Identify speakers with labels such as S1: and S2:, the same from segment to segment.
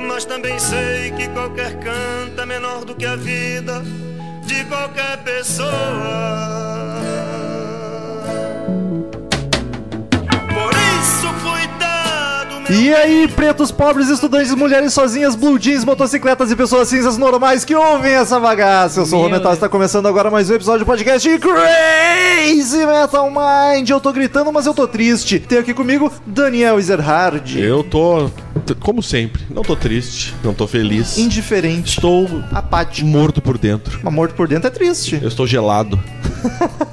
S1: Mas também sei que qualquer canto é menor do que a vida de qualquer pessoa.
S2: E aí, pretos, pobres, estudantes, mulheres sozinhas, blue jeans, motocicletas e pessoas cinzas normais que ouvem essa bagaça. Eu sou o
S3: Meu
S2: Romental,
S3: Deus.
S2: está começando agora mais um episódio do podcast Crazy Metal Mind. Eu tô gritando, mas eu tô triste. Tenho aqui comigo Daniel Ezerhard.
S4: Eu tô, t- como sempre, não tô triste, não tô feliz.
S2: Indiferente,
S4: Estou
S2: apático.
S4: morto por dentro.
S2: Mas morto por dentro é triste.
S4: Eu estou gelado.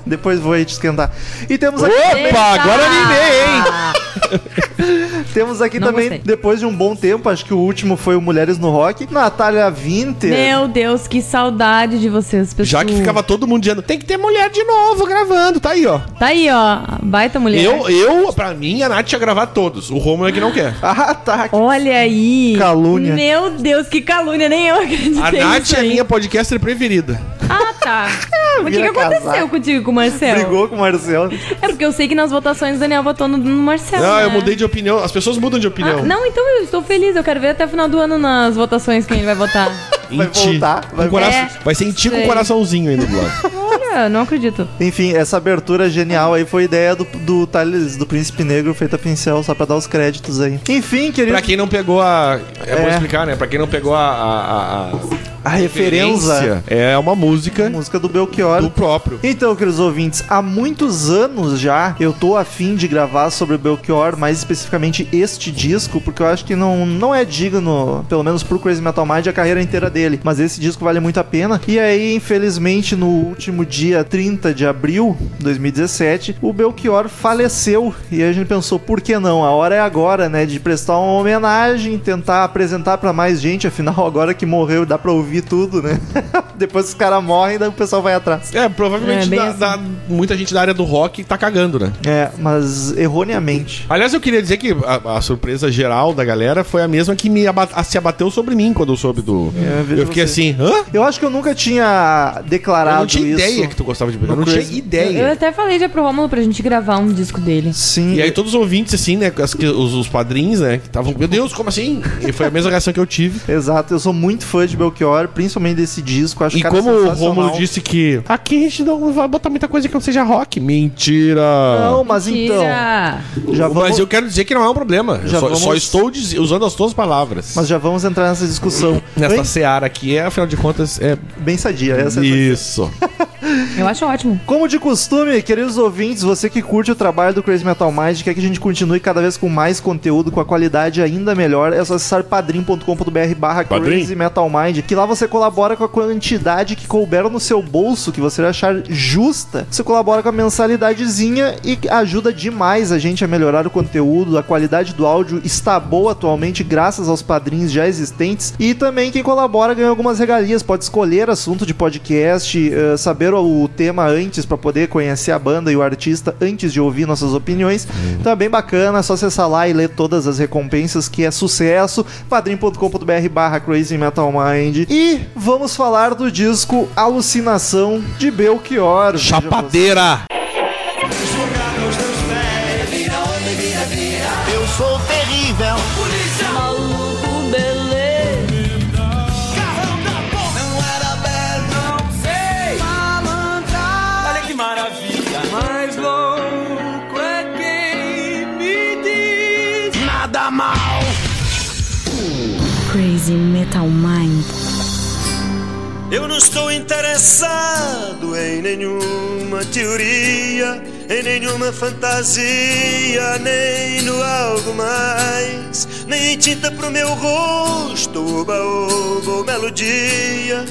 S2: Depois vou aí te esquentar. E temos aqui.
S4: Opa, agora eu animei, hein?
S2: Temos aqui
S3: Não
S2: também,
S3: gostei.
S2: depois de um bom tempo, acho que o último foi o Mulheres no Rock, Natália Winter.
S3: Meu Deus, que saudade de vocês, pessoal.
S4: Já que ficava todo mundo dizendo, tem que ter mulher de novo gravando, tá aí, ó.
S3: Tá aí, ó. Baita mulher.
S4: Eu, eu, pra mim, a Nath ia gravar todos. O Romulo é que não quer.
S2: Ah, tá.
S3: Olha aí.
S2: Calúnia.
S3: Meu Deus, que calúnia. Nem eu acreditei
S4: A Nath
S3: nisso
S4: é
S3: aí.
S4: minha podcaster preferida.
S3: Ah, tá. Mas o que, que
S2: Vira
S3: aconteceu
S2: casaco.
S3: contigo com o Marcelo?
S2: Brigou com o Marcelo.
S3: É porque eu sei que nas votações o Daniel votou no, no Marcelo.
S4: Ah,
S3: né?
S4: eu mudei de opinião. As pessoas mudam de
S3: Ah,
S4: opinião.
S3: não, então eu estou feliz. Eu quero ver até o final do ano nas votações quem ele vai votar.
S4: Em
S2: Vai
S4: ti.
S2: voltar,
S4: Com
S2: vai
S4: cora-
S3: voltar.
S4: vai ser em ti com
S3: É, Sei.
S4: um coraçãozinho ainda do lado.
S3: Olha, não acredito.
S2: Enfim, essa abertura genial aí foi ideia do, do Thales, do Príncipe Negro, feita a pincel, só pra dar os créditos aí. Enfim, querido,
S4: pra quem não pegou a. É, bom
S2: É.
S4: explicar, né? Pra quem não pegou a. a- a- a
S2: a referência,
S4: referência, É uma música
S2: música do Belchior.
S4: do próprio.
S2: Então, queridos ouvintes, há muitos anos já eu tô afim de gravar sobre o Belchior, mais especificamente este disco, porque eu acho que não, não é digno, pelo menos pro Crazy Metal Mind, a carreira inteira dele. Mas esse disco vale muito a pena. E aí, infelizmente, no último dia 30 de abril de 2017, o Belchior faleceu. E aí a gente pensou, por que não? A hora é agora, né? De prestar uma homenagem, tentar apresentar pra mais gente. Afinal, agora que morreu, dá pra ouvir tudo, né? Depois que os caras morrem, daí o pessoal vai atrás.
S4: É,
S3: É,
S4: provavelmente
S3: bem
S4: da-
S3: assim.
S4: da- muita gente da área do rock tá cagando, né?
S2: É, mas erroneamente.
S4: Aliás, eu queria dizer que a, a surpresa geral da galera foi a mesma que me aba- a- se abateu sobre mim quando eu soube do.
S2: É, eu vejo
S4: eu fiquei
S2: você.
S4: assim, hã?
S2: Eu acho que eu nunca tinha declarado
S4: Eu não tinha
S2: isso.
S4: ideia que tu gostava de Belchior. Eu
S2: No
S4: não tinha
S2: Crazy.
S3: Eu
S4: ideia.
S3: até falei já pro Romulo pra gente gravar um disco dele.
S2: Sim.
S4: E aí todos os ouvintes, assim, né? as que- os, os padrinhos, né? Que estavam, meu Deus, como assim? E foi a mesma reação que eu tive.
S2: Exato, eu sou muito fã de Belchior, principalmente desse disco. Acho
S4: E
S2: cara
S4: como o
S2: sensacional.
S4: Romulo disse que aqui a gente não vai botar muita coisa que não seja rock. Mentira!
S2: Não, mas então.
S3: Tira.
S2: Já vamos,
S4: Mas eu quero dizer que não é um problema. Eu
S2: Já
S4: só,
S2: vamos-
S4: só estou diz- usando as tuas palavras.
S2: mas já vamos entrar nessa discussão.
S4: Nessa
S2: Antes-
S4: seara aqui, é, afinal de contas, é.
S2: Bem sadia, essa é a
S4: Isso.
S3: Eu acho ótimo.
S2: Como de costume, queridos ouvintes, você que curte o trabalho do Crazy Metal Mind, quer que a gente continue cada vez com mais conteúdo, com a qualidade ainda melhor, é só acessar padrim.com.br barra
S4: Padrim?
S2: Crazy Metal Mind, que lá você colabora com a quantidade que couber no seu bolso, que você achar justa. Você colabora com a mensalidadezinha e ajuda demais a gente a melhorar o conteúdo, a qualidade do áudio está boa atualmente, graças aos padrinhos já existentes. E também quem colabora ganha algumas regalias, pode escolher assunto de podcast, eh, saber o, o tema antes para poder conhecer a banda e o artista antes de ouvir nossas opiniões. Então é bem bacana, é só acessar lá e ler todas as recompensas que é sucesso. padrim.com.br barra Crazy Metal Mind. E vamos falar do disco Alucinação de Belchior. Veja você.
S4: Chapadeira!
S1: Eu sou terrível.
S5: Crazy Metal Mind.
S1: Eu não estou interessado em nenhuma teoria, em nenhuma fantasia, nem no algo mais, nem em tinta pro meu rosto, oba, oba ou melodia,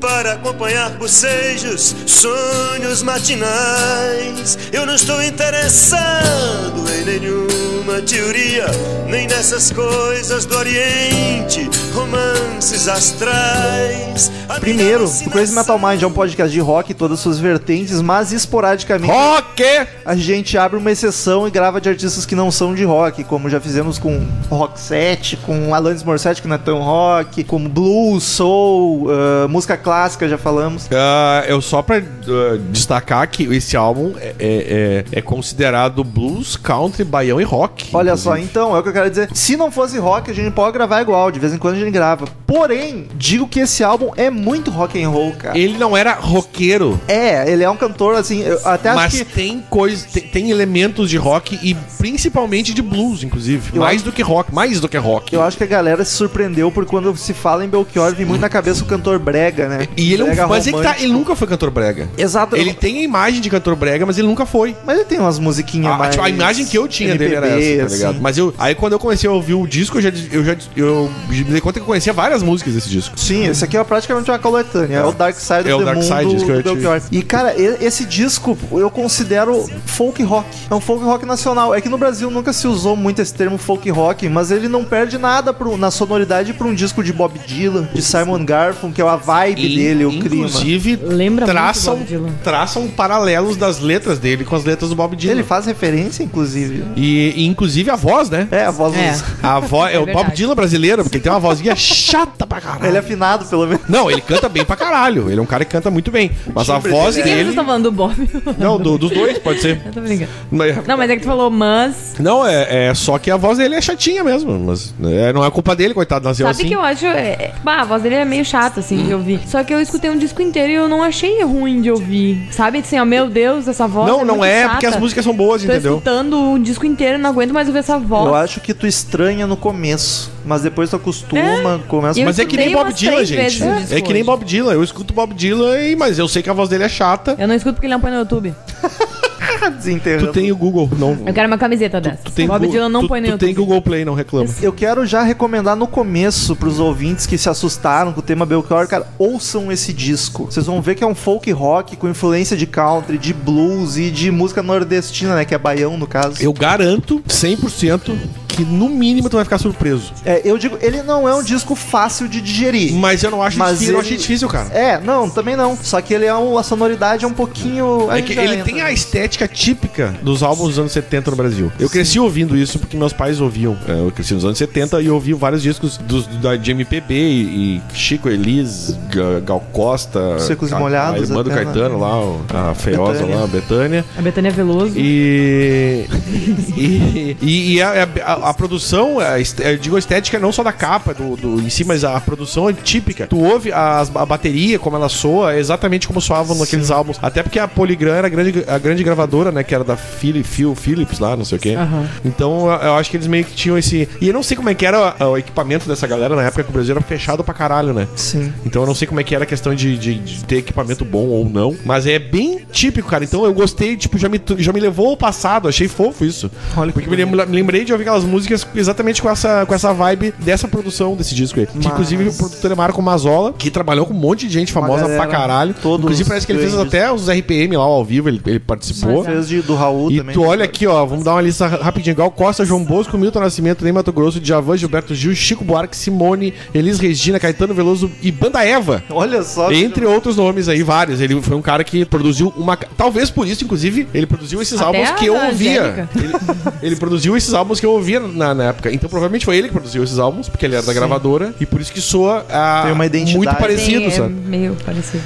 S1: para acompanhar bocejos, sonhos matinais. Eu não estou interessado em nenhuma nenhuma teoria, nem dessas coisas do Oriente, romances astrais. a
S2: Primeiro,
S1: minha
S2: o Crazy Metal Mind é um podcast de rock, todas suas vertentes, mas esporadicamente
S4: Rock!
S2: a gente abre uma exceção e grava de artistas que não são de rock, como já fizemos com Roxette, com Alanis Morissette, que não é tão rock, com blues, soul, ah, música clássica, já falamos.
S4: Ah, eu só pra ah, destacar que esse álbum é, é- é- é considerado blues, country, baião e rock.
S2: Olha só, então, é o que eu quero dizer. Se não fosse rock, a gente pode gravar igual, de vez em quando a gente grava. Porém, digo que esse álbum é muito rock and roll, cara.
S4: Ele não era roqueiro,
S2: É, ele é um cantor, assim, eu até acho
S4: mas
S2: que...
S4: tem coisa, tem, tem elementos de rock e principalmente de blues, inclusive.
S2: Eu
S4: mais
S2: acho-
S4: do que rock, mais do que rock.
S2: Eu acho que a galera se surpreendeu por quando se fala em Belchior, vem muito na cabeça o cantor Brega, né?
S4: E ele, é um-
S2: Brega
S4: mas é que tá,
S2: romântico.
S4: ele nunca foi cantor brega.
S2: Exato.
S4: Ele tem a imagem de cantor brega, mas ele nunca foi.
S2: Mas ele tem umas musiquinhas
S4: A,
S2: mais...
S4: tipo, a imagem que eu tinha dele era
S2: MPB,
S4: essa, tá ligado?
S2: assim.
S4: Mas eu, aí quando eu comecei a ouvir o disco, eu já, eu já eu me dei conta que eu conhecia várias músicas desse disco.
S2: Sim, esse aqui é praticamente uma coletânea. É, o Dark Side of
S4: É o
S2: the
S4: Dark
S2: Moon
S4: Side,
S2: do,
S4: isso que eu
S2: do
S4: ia te-
S2: Belchior. E, cara, e- esse disco eu considero folk rock. É um folk rock nacional. É que no Brasil nunca se usou muito esse termo folk rock, mas ele não perde nada pro- na sonoridade pra um disco de Bob Dylan, de Simon Garfunkel, que é a vibe
S4: In-
S2: dele, o clima.
S4: Inclusive,
S3: Lembra muito
S4: traçam,
S3: Bob Dylan.
S4: traçam paralelos das letras dele com as letras do Bob Dylan.
S2: Ele faz referência, inclusive.
S4: E, e, inclusive a voz, né?
S2: É, a voz
S3: É.
S2: dos-
S4: A voz é, o Bob
S3: verdade.
S4: Dylan brasileiro, porque ele tem uma vozinha chata pra caralho.
S2: Ele é afinado, pelo menos.
S4: Não, ele canta bem pra caralho. Ele é um cara que canta muito bem. Mas a
S2: timbre
S4: voz
S2: dele
S3: Quem vocês
S4: dele.
S3: estão falando do Bob?
S4: Não, do- dos dois, pode ser.
S3: Eu tô brincando.
S4: Mas-
S3: Não, mas é que tu falou, mas.
S4: Não, é, é só que a voz dele é chatinha mesmo. Mas é, não é culpa dele, coitado. Nasceu
S3: Sabe
S4: assim.
S3: que eu acho. é- é- Bah, a voz dele é meio chata, assim, de ouvir. Só que eu escutei um disco inteiro e eu não achei ruim de ouvir. Sabe, assim, ó, meu Deus, essa voz.
S4: Não, não
S3: muito
S4: é,
S3: chata.
S4: porque as músicas são boas,
S3: Tô
S4: entendeu?
S3: escutando o disco inteiro, não aguento mais ouvir essa voz.
S2: Eu acho que tu estranha no começo, mas depois tu acostuma, começa...
S3: Eu
S4: Mas é que nem
S3: escutei
S4: Bob
S3: umas
S4: Dylan,
S3: três
S4: gente.
S3: vezes o disco
S4: É que nem
S3: hoje.
S4: Bob Dylan. Eu escuto Bob Dylan, e- mas eu sei que a voz dele é chata.
S3: Eu não escuto porque ele não põe no YouTube.
S2: desenterrando.
S4: Tu tem o Google, não.
S3: Eu quero uma camiseta dessa.
S4: Tu tem
S3: Bob
S4: Gu-
S3: Dylan não
S4: tu,
S3: põe no
S4: tu
S3: YouTube.
S4: tem Google Play, não reclama.
S2: Eu quero já recomendar no começo pros ouvintes que se assustaram com o tema Belchior, cara, ouçam esse disco. Vocês vão ver que é um folk rock com influência de country, de blues e de música nordestina, né? Que é baião, no caso.
S4: Eu garanto 100% que no mínimo tu vai ficar surpreso.
S2: É, eu digo, ele não é um disco fácil de digerir.
S4: Mas eu não acho
S2: Mas
S4: difícil, eu
S2: ele-
S4: achei difícil, cara.
S2: É, não, também não. Só que ele é um, a sonoridade é um pouquinho.
S4: É que ele tem a estética típica dos álbuns dos anos 70 no Brasil. Eu cresci ouvindo isso porque meus pais ouviam. É, Eu cresci nos anos 70 e ouvi vários discos dos, da, de MPB e, e Chico Elis, Ga- Gal Costa,
S2: Secos e
S4: Ca-
S2: Molhados,
S4: a irmã do
S2: até,
S4: Caetano lá, o- a feiosa
S2: Bethânia.
S4: lá, a Betânia.
S3: A Betânia Veloso.
S4: E. e, e- e a, a- a produção, a est- eu digo a estética não só da capa do, do- em si, mas a produção é típica. Tu ouve as- a bateria, como ela soa, é exatamente como soavam naqueles álbuns. Até porque a Polygram era a grande, a grande gravadora, né? Que era da Phil, Phil Phillips lá, não sei o quê.
S3: Aham.
S4: Então eu- eu acho que eles meio que tinham esse. E eu não sei como é que era ó, o equipamento dessa galera na época que o Brasil era fechado pra caralho, né?
S2: Sim.
S4: Então eu não sei como é que era a questão de, de- de ter equipamento bom ou não. Mas é bem típico, cara. Então eu gostei, tipo, já me, tu- já me levou ao passado. Achei fofo isso.
S2: Olha que
S4: Porque me lem- me lembrei de ouvir aquelas músicas exatamente com essa, com essa vibe dessa produção desse disco aí. Que,
S2: Mas-
S4: inclusive o produtor é Marco Mazola, que trabalhou com um monte de gente famosa
S2: galera,
S4: pra caralho.
S2: todos
S4: inclusive parece que ele fez
S2: grandes. é,
S4: até os RPM lá ao vivo, ele, ele participou.
S2: Fez de, do Raul
S4: E
S2: também.
S4: tu olha aqui, ó, vamos dar uma lista ra- rapidinho. Gal Costa, João Bosco, Milton Nascimento, Ney Mato Grosso, Djavan, Gilberto Gil, Chico Buarque, Simone, Elis Regina, Caetano Veloso e Banda Eva.
S2: Olha só.
S4: Entre outros nomes aí, vários. Ele foi um cara que produziu uma. ca- Talvez por isso, inclusive, ele produziu esses
S3: Até
S4: álbuns
S3: a
S4: que eu
S3: da
S4: ouvia.
S3: Angélica.
S4: Ele, ele produziu esses álbuns que eu ouvia na, na época. Então provavelmente foi ele que produziu esses álbuns, porque ele era da gravadora. E por isso que soa ah,
S2: Tem uma identidade.
S4: muito
S3: Sim,
S4: parecido,
S3: é
S4: sabe?
S3: meio parecido.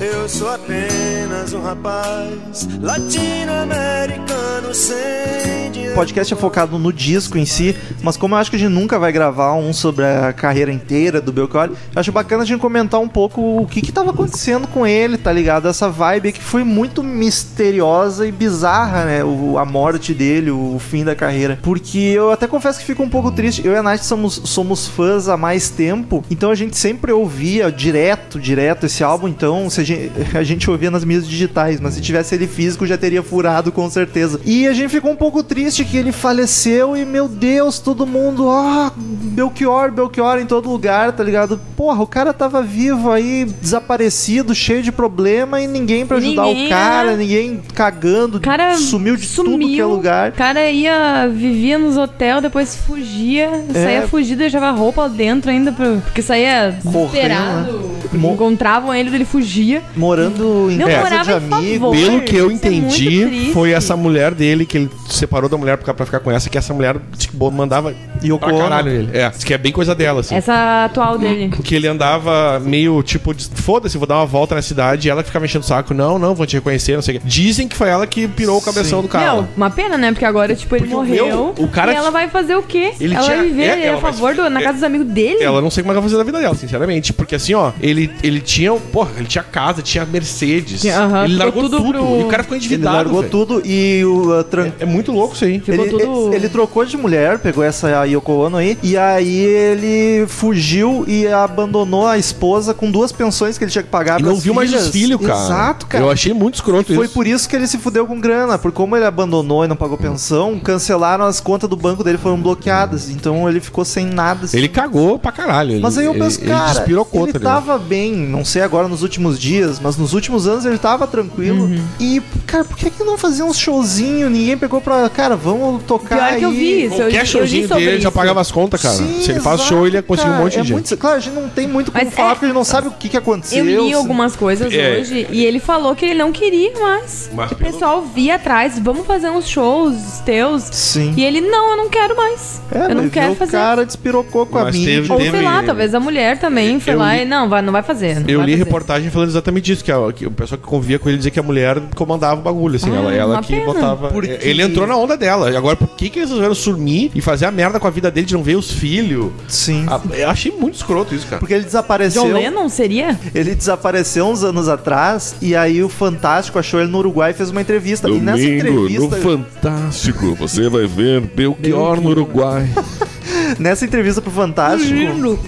S1: Eu sou apenas mais um rapaz latino-americano sem dinheiro.
S2: O podcast é focado no disco em si, mas como eu acho que a gente nunca vai gravar um sobre a carreira inteira do Belchior, eu acho bacana a gente comentar um pouco o que que tava acontecendo com ele, tá ligado? Essa vibe que foi muito misteriosa e bizarra, né? O, a morte dele, o, fim da carreira. Porque eu até confesso que fico um pouco triste. Eu e a Nath somos, somos fãs há mais tempo, então a gente sempre ouvia direto, direto esse álbum. Então se a, gente, a gente ouvia nas mídias digitais, mas se tivesse ele físico já teria furado com certeza. E a gente ficou um pouco triste que ele faleceu e, meu Deus, todo mundo, ó, Belchior, Belchior em todo lugar, tá ligado? Porra, o cara tava vivo aí, desaparecido, cheio de problema e ninguém pra ajudar
S3: Ninguém,
S2: o cara,
S3: né?
S2: ninguém cagando,
S3: O cara
S2: sumiu de tudo que é
S3: sumiu,
S2: lugar.
S3: O cara ia, vivia nos hotel, depois fugia,
S2: É.
S3: saía fugido, deixava roupa dentro ainda, pro, porque saía
S2: Correndo, né?
S4: né?
S3: desesperado.
S2: Mo-
S3: Encontravam ele, ele fugia.
S2: Morando em
S3: Não,
S2: casa de
S3: morava em
S2: amigo.
S3: favor.
S4: Pelo que eu
S3: Isso é muito
S4: entendi,
S3: triste.
S4: foi essa mulher dele que ele separou da mulher pra pra ficar com essa, que essa mulher tipo, mandava
S2: E o
S4: pra caralho ele. É, diz que é bem coisa dela, assim.
S3: Essa atual dele.
S4: Porque ele andava meio tipo, de, foda-se, vou dar uma volta na cidade. E ela que ficava mexendo o saco, não, não, vou te reconhecer, não sei o quê. Dizem que foi ela que pirou o cabeção do cara.
S3: Meu, uma pena, né? Porque agora, tipo, ele
S4: Porque o
S3: morreu.
S4: meu, o cara-
S3: E ela vai fazer o quê?
S4: Ele
S3: ela
S4: tinha-
S3: vai viver
S4: é, ela
S3: a
S4: vai-
S3: favor do, na
S4: é-
S3: casa dos amigos dele?
S4: Ela não sei como ela vai fazer da vida dela, sinceramente. Porque assim, ó, ele, ele tinha. Porra, ele tinha casa, tinha Mercedes.
S3: Tinha, aham,
S4: ele
S3: ficou
S4: largou tudo.
S3: tudo pro-
S4: E o cara ficou
S2: Ele
S4: endividado.
S2: largou
S4: velho.
S2: tudo e o uh, tran-
S4: É muito louco isso aí.
S3: Ficou
S2: ele,
S3: tudo-
S2: ele- ele trocou de mulher, pegou essa Yoko Ono aí, e aí ele fugiu e abandonou a esposa com duas pensões que ele tinha que pagar
S4: E não
S2: pras
S4: viu mais
S2: filhas.
S4: desfile, cara.
S2: Exato, cara.
S4: Eu achei muito escroto
S2: Foi
S4: isso.
S2: por isso que ele se fudeu com grana, por como ele abandonou e não pagou pensão, cancelaram as contas do banco dele, foram bloqueadas. Então ele ficou sem nada. assim.
S4: Ele cagou pra caralho. ele-
S2: Mas aí eu
S4: ele-
S2: penso,
S4: ele
S2: cara, ele,
S4: despirocou, tá ligado?
S2: tava bem, não sei agora nos últimos dias, mas nos últimos anos ele tava tranquilo.
S3: Uhum.
S2: E, cara, por que que não fazia uns showzinho? Ninguém pegou pra, cara, vamos tocar
S3: Pior
S2: aí.
S3: que eu vi isso. eu,
S4: Qualquer
S3: eu li
S4: showzinho
S3: sobre
S4: dele, ele já
S3: isso.
S4: pagava as contas, cara.
S2: Sim,
S4: Se ele faz
S2: exato,
S4: show, ele ia conseguir um
S2: cara.
S4: monte de
S2: é
S4: gente.
S2: muito- claro, a gente não tem muito como
S3: Mas
S2: falar,
S3: é-
S2: porque a gente não sabe o que, que aconteceu. assim.
S3: Eu li
S2: se-
S3: algumas coisas
S4: É.
S3: hoje e ele falou que ele não queria mais.
S4: Mas
S3: o
S4: pelo-
S3: pessoal via atrás, vamos fazer uns shows teus.
S2: Sim.
S3: E ele, não, eu não quero mais.
S2: É,
S3: eu
S2: mas
S3: não
S2: vê
S3: quero
S2: o
S3: fazer.
S2: cara despirocou com a
S4: Mas
S2: mídia.
S4: teve-
S3: Ou
S4: teve-
S3: sei lá, talvez a mulher também foi
S4: Eu
S3: lá
S4: li-
S3: e não, vai, não vai fazer. não
S4: Eu
S3: vai
S4: li
S3: fazer.
S4: reportagem falando exatamente isso, que, a, que o pessoal que convivia com ele dizia que a mulher comandava o bagulho, assim,
S3: Ah,
S4: ela, ela
S3: uma
S4: que
S3: pena.
S4: botava. É,
S2: Porque-
S4: Ele entrou na onda dela. E agora, por que, que eles resolveram sumir e fazer a merda com a vida dele de não ver os filhos?
S2: Sim.
S4: Ah, Eu achei muito escroto isso, cara.
S2: Porque ele desapareceu.
S3: John Lennon seria?
S2: Ele desapareceu uns anos atrás e aí o Fantástico achou ele no Uruguai e fez uma entrevista. e nessa entrevista,
S4: Fantástico, você vai ver Belchior no Uruguai.
S2: nessa entrevista pro Fantástico,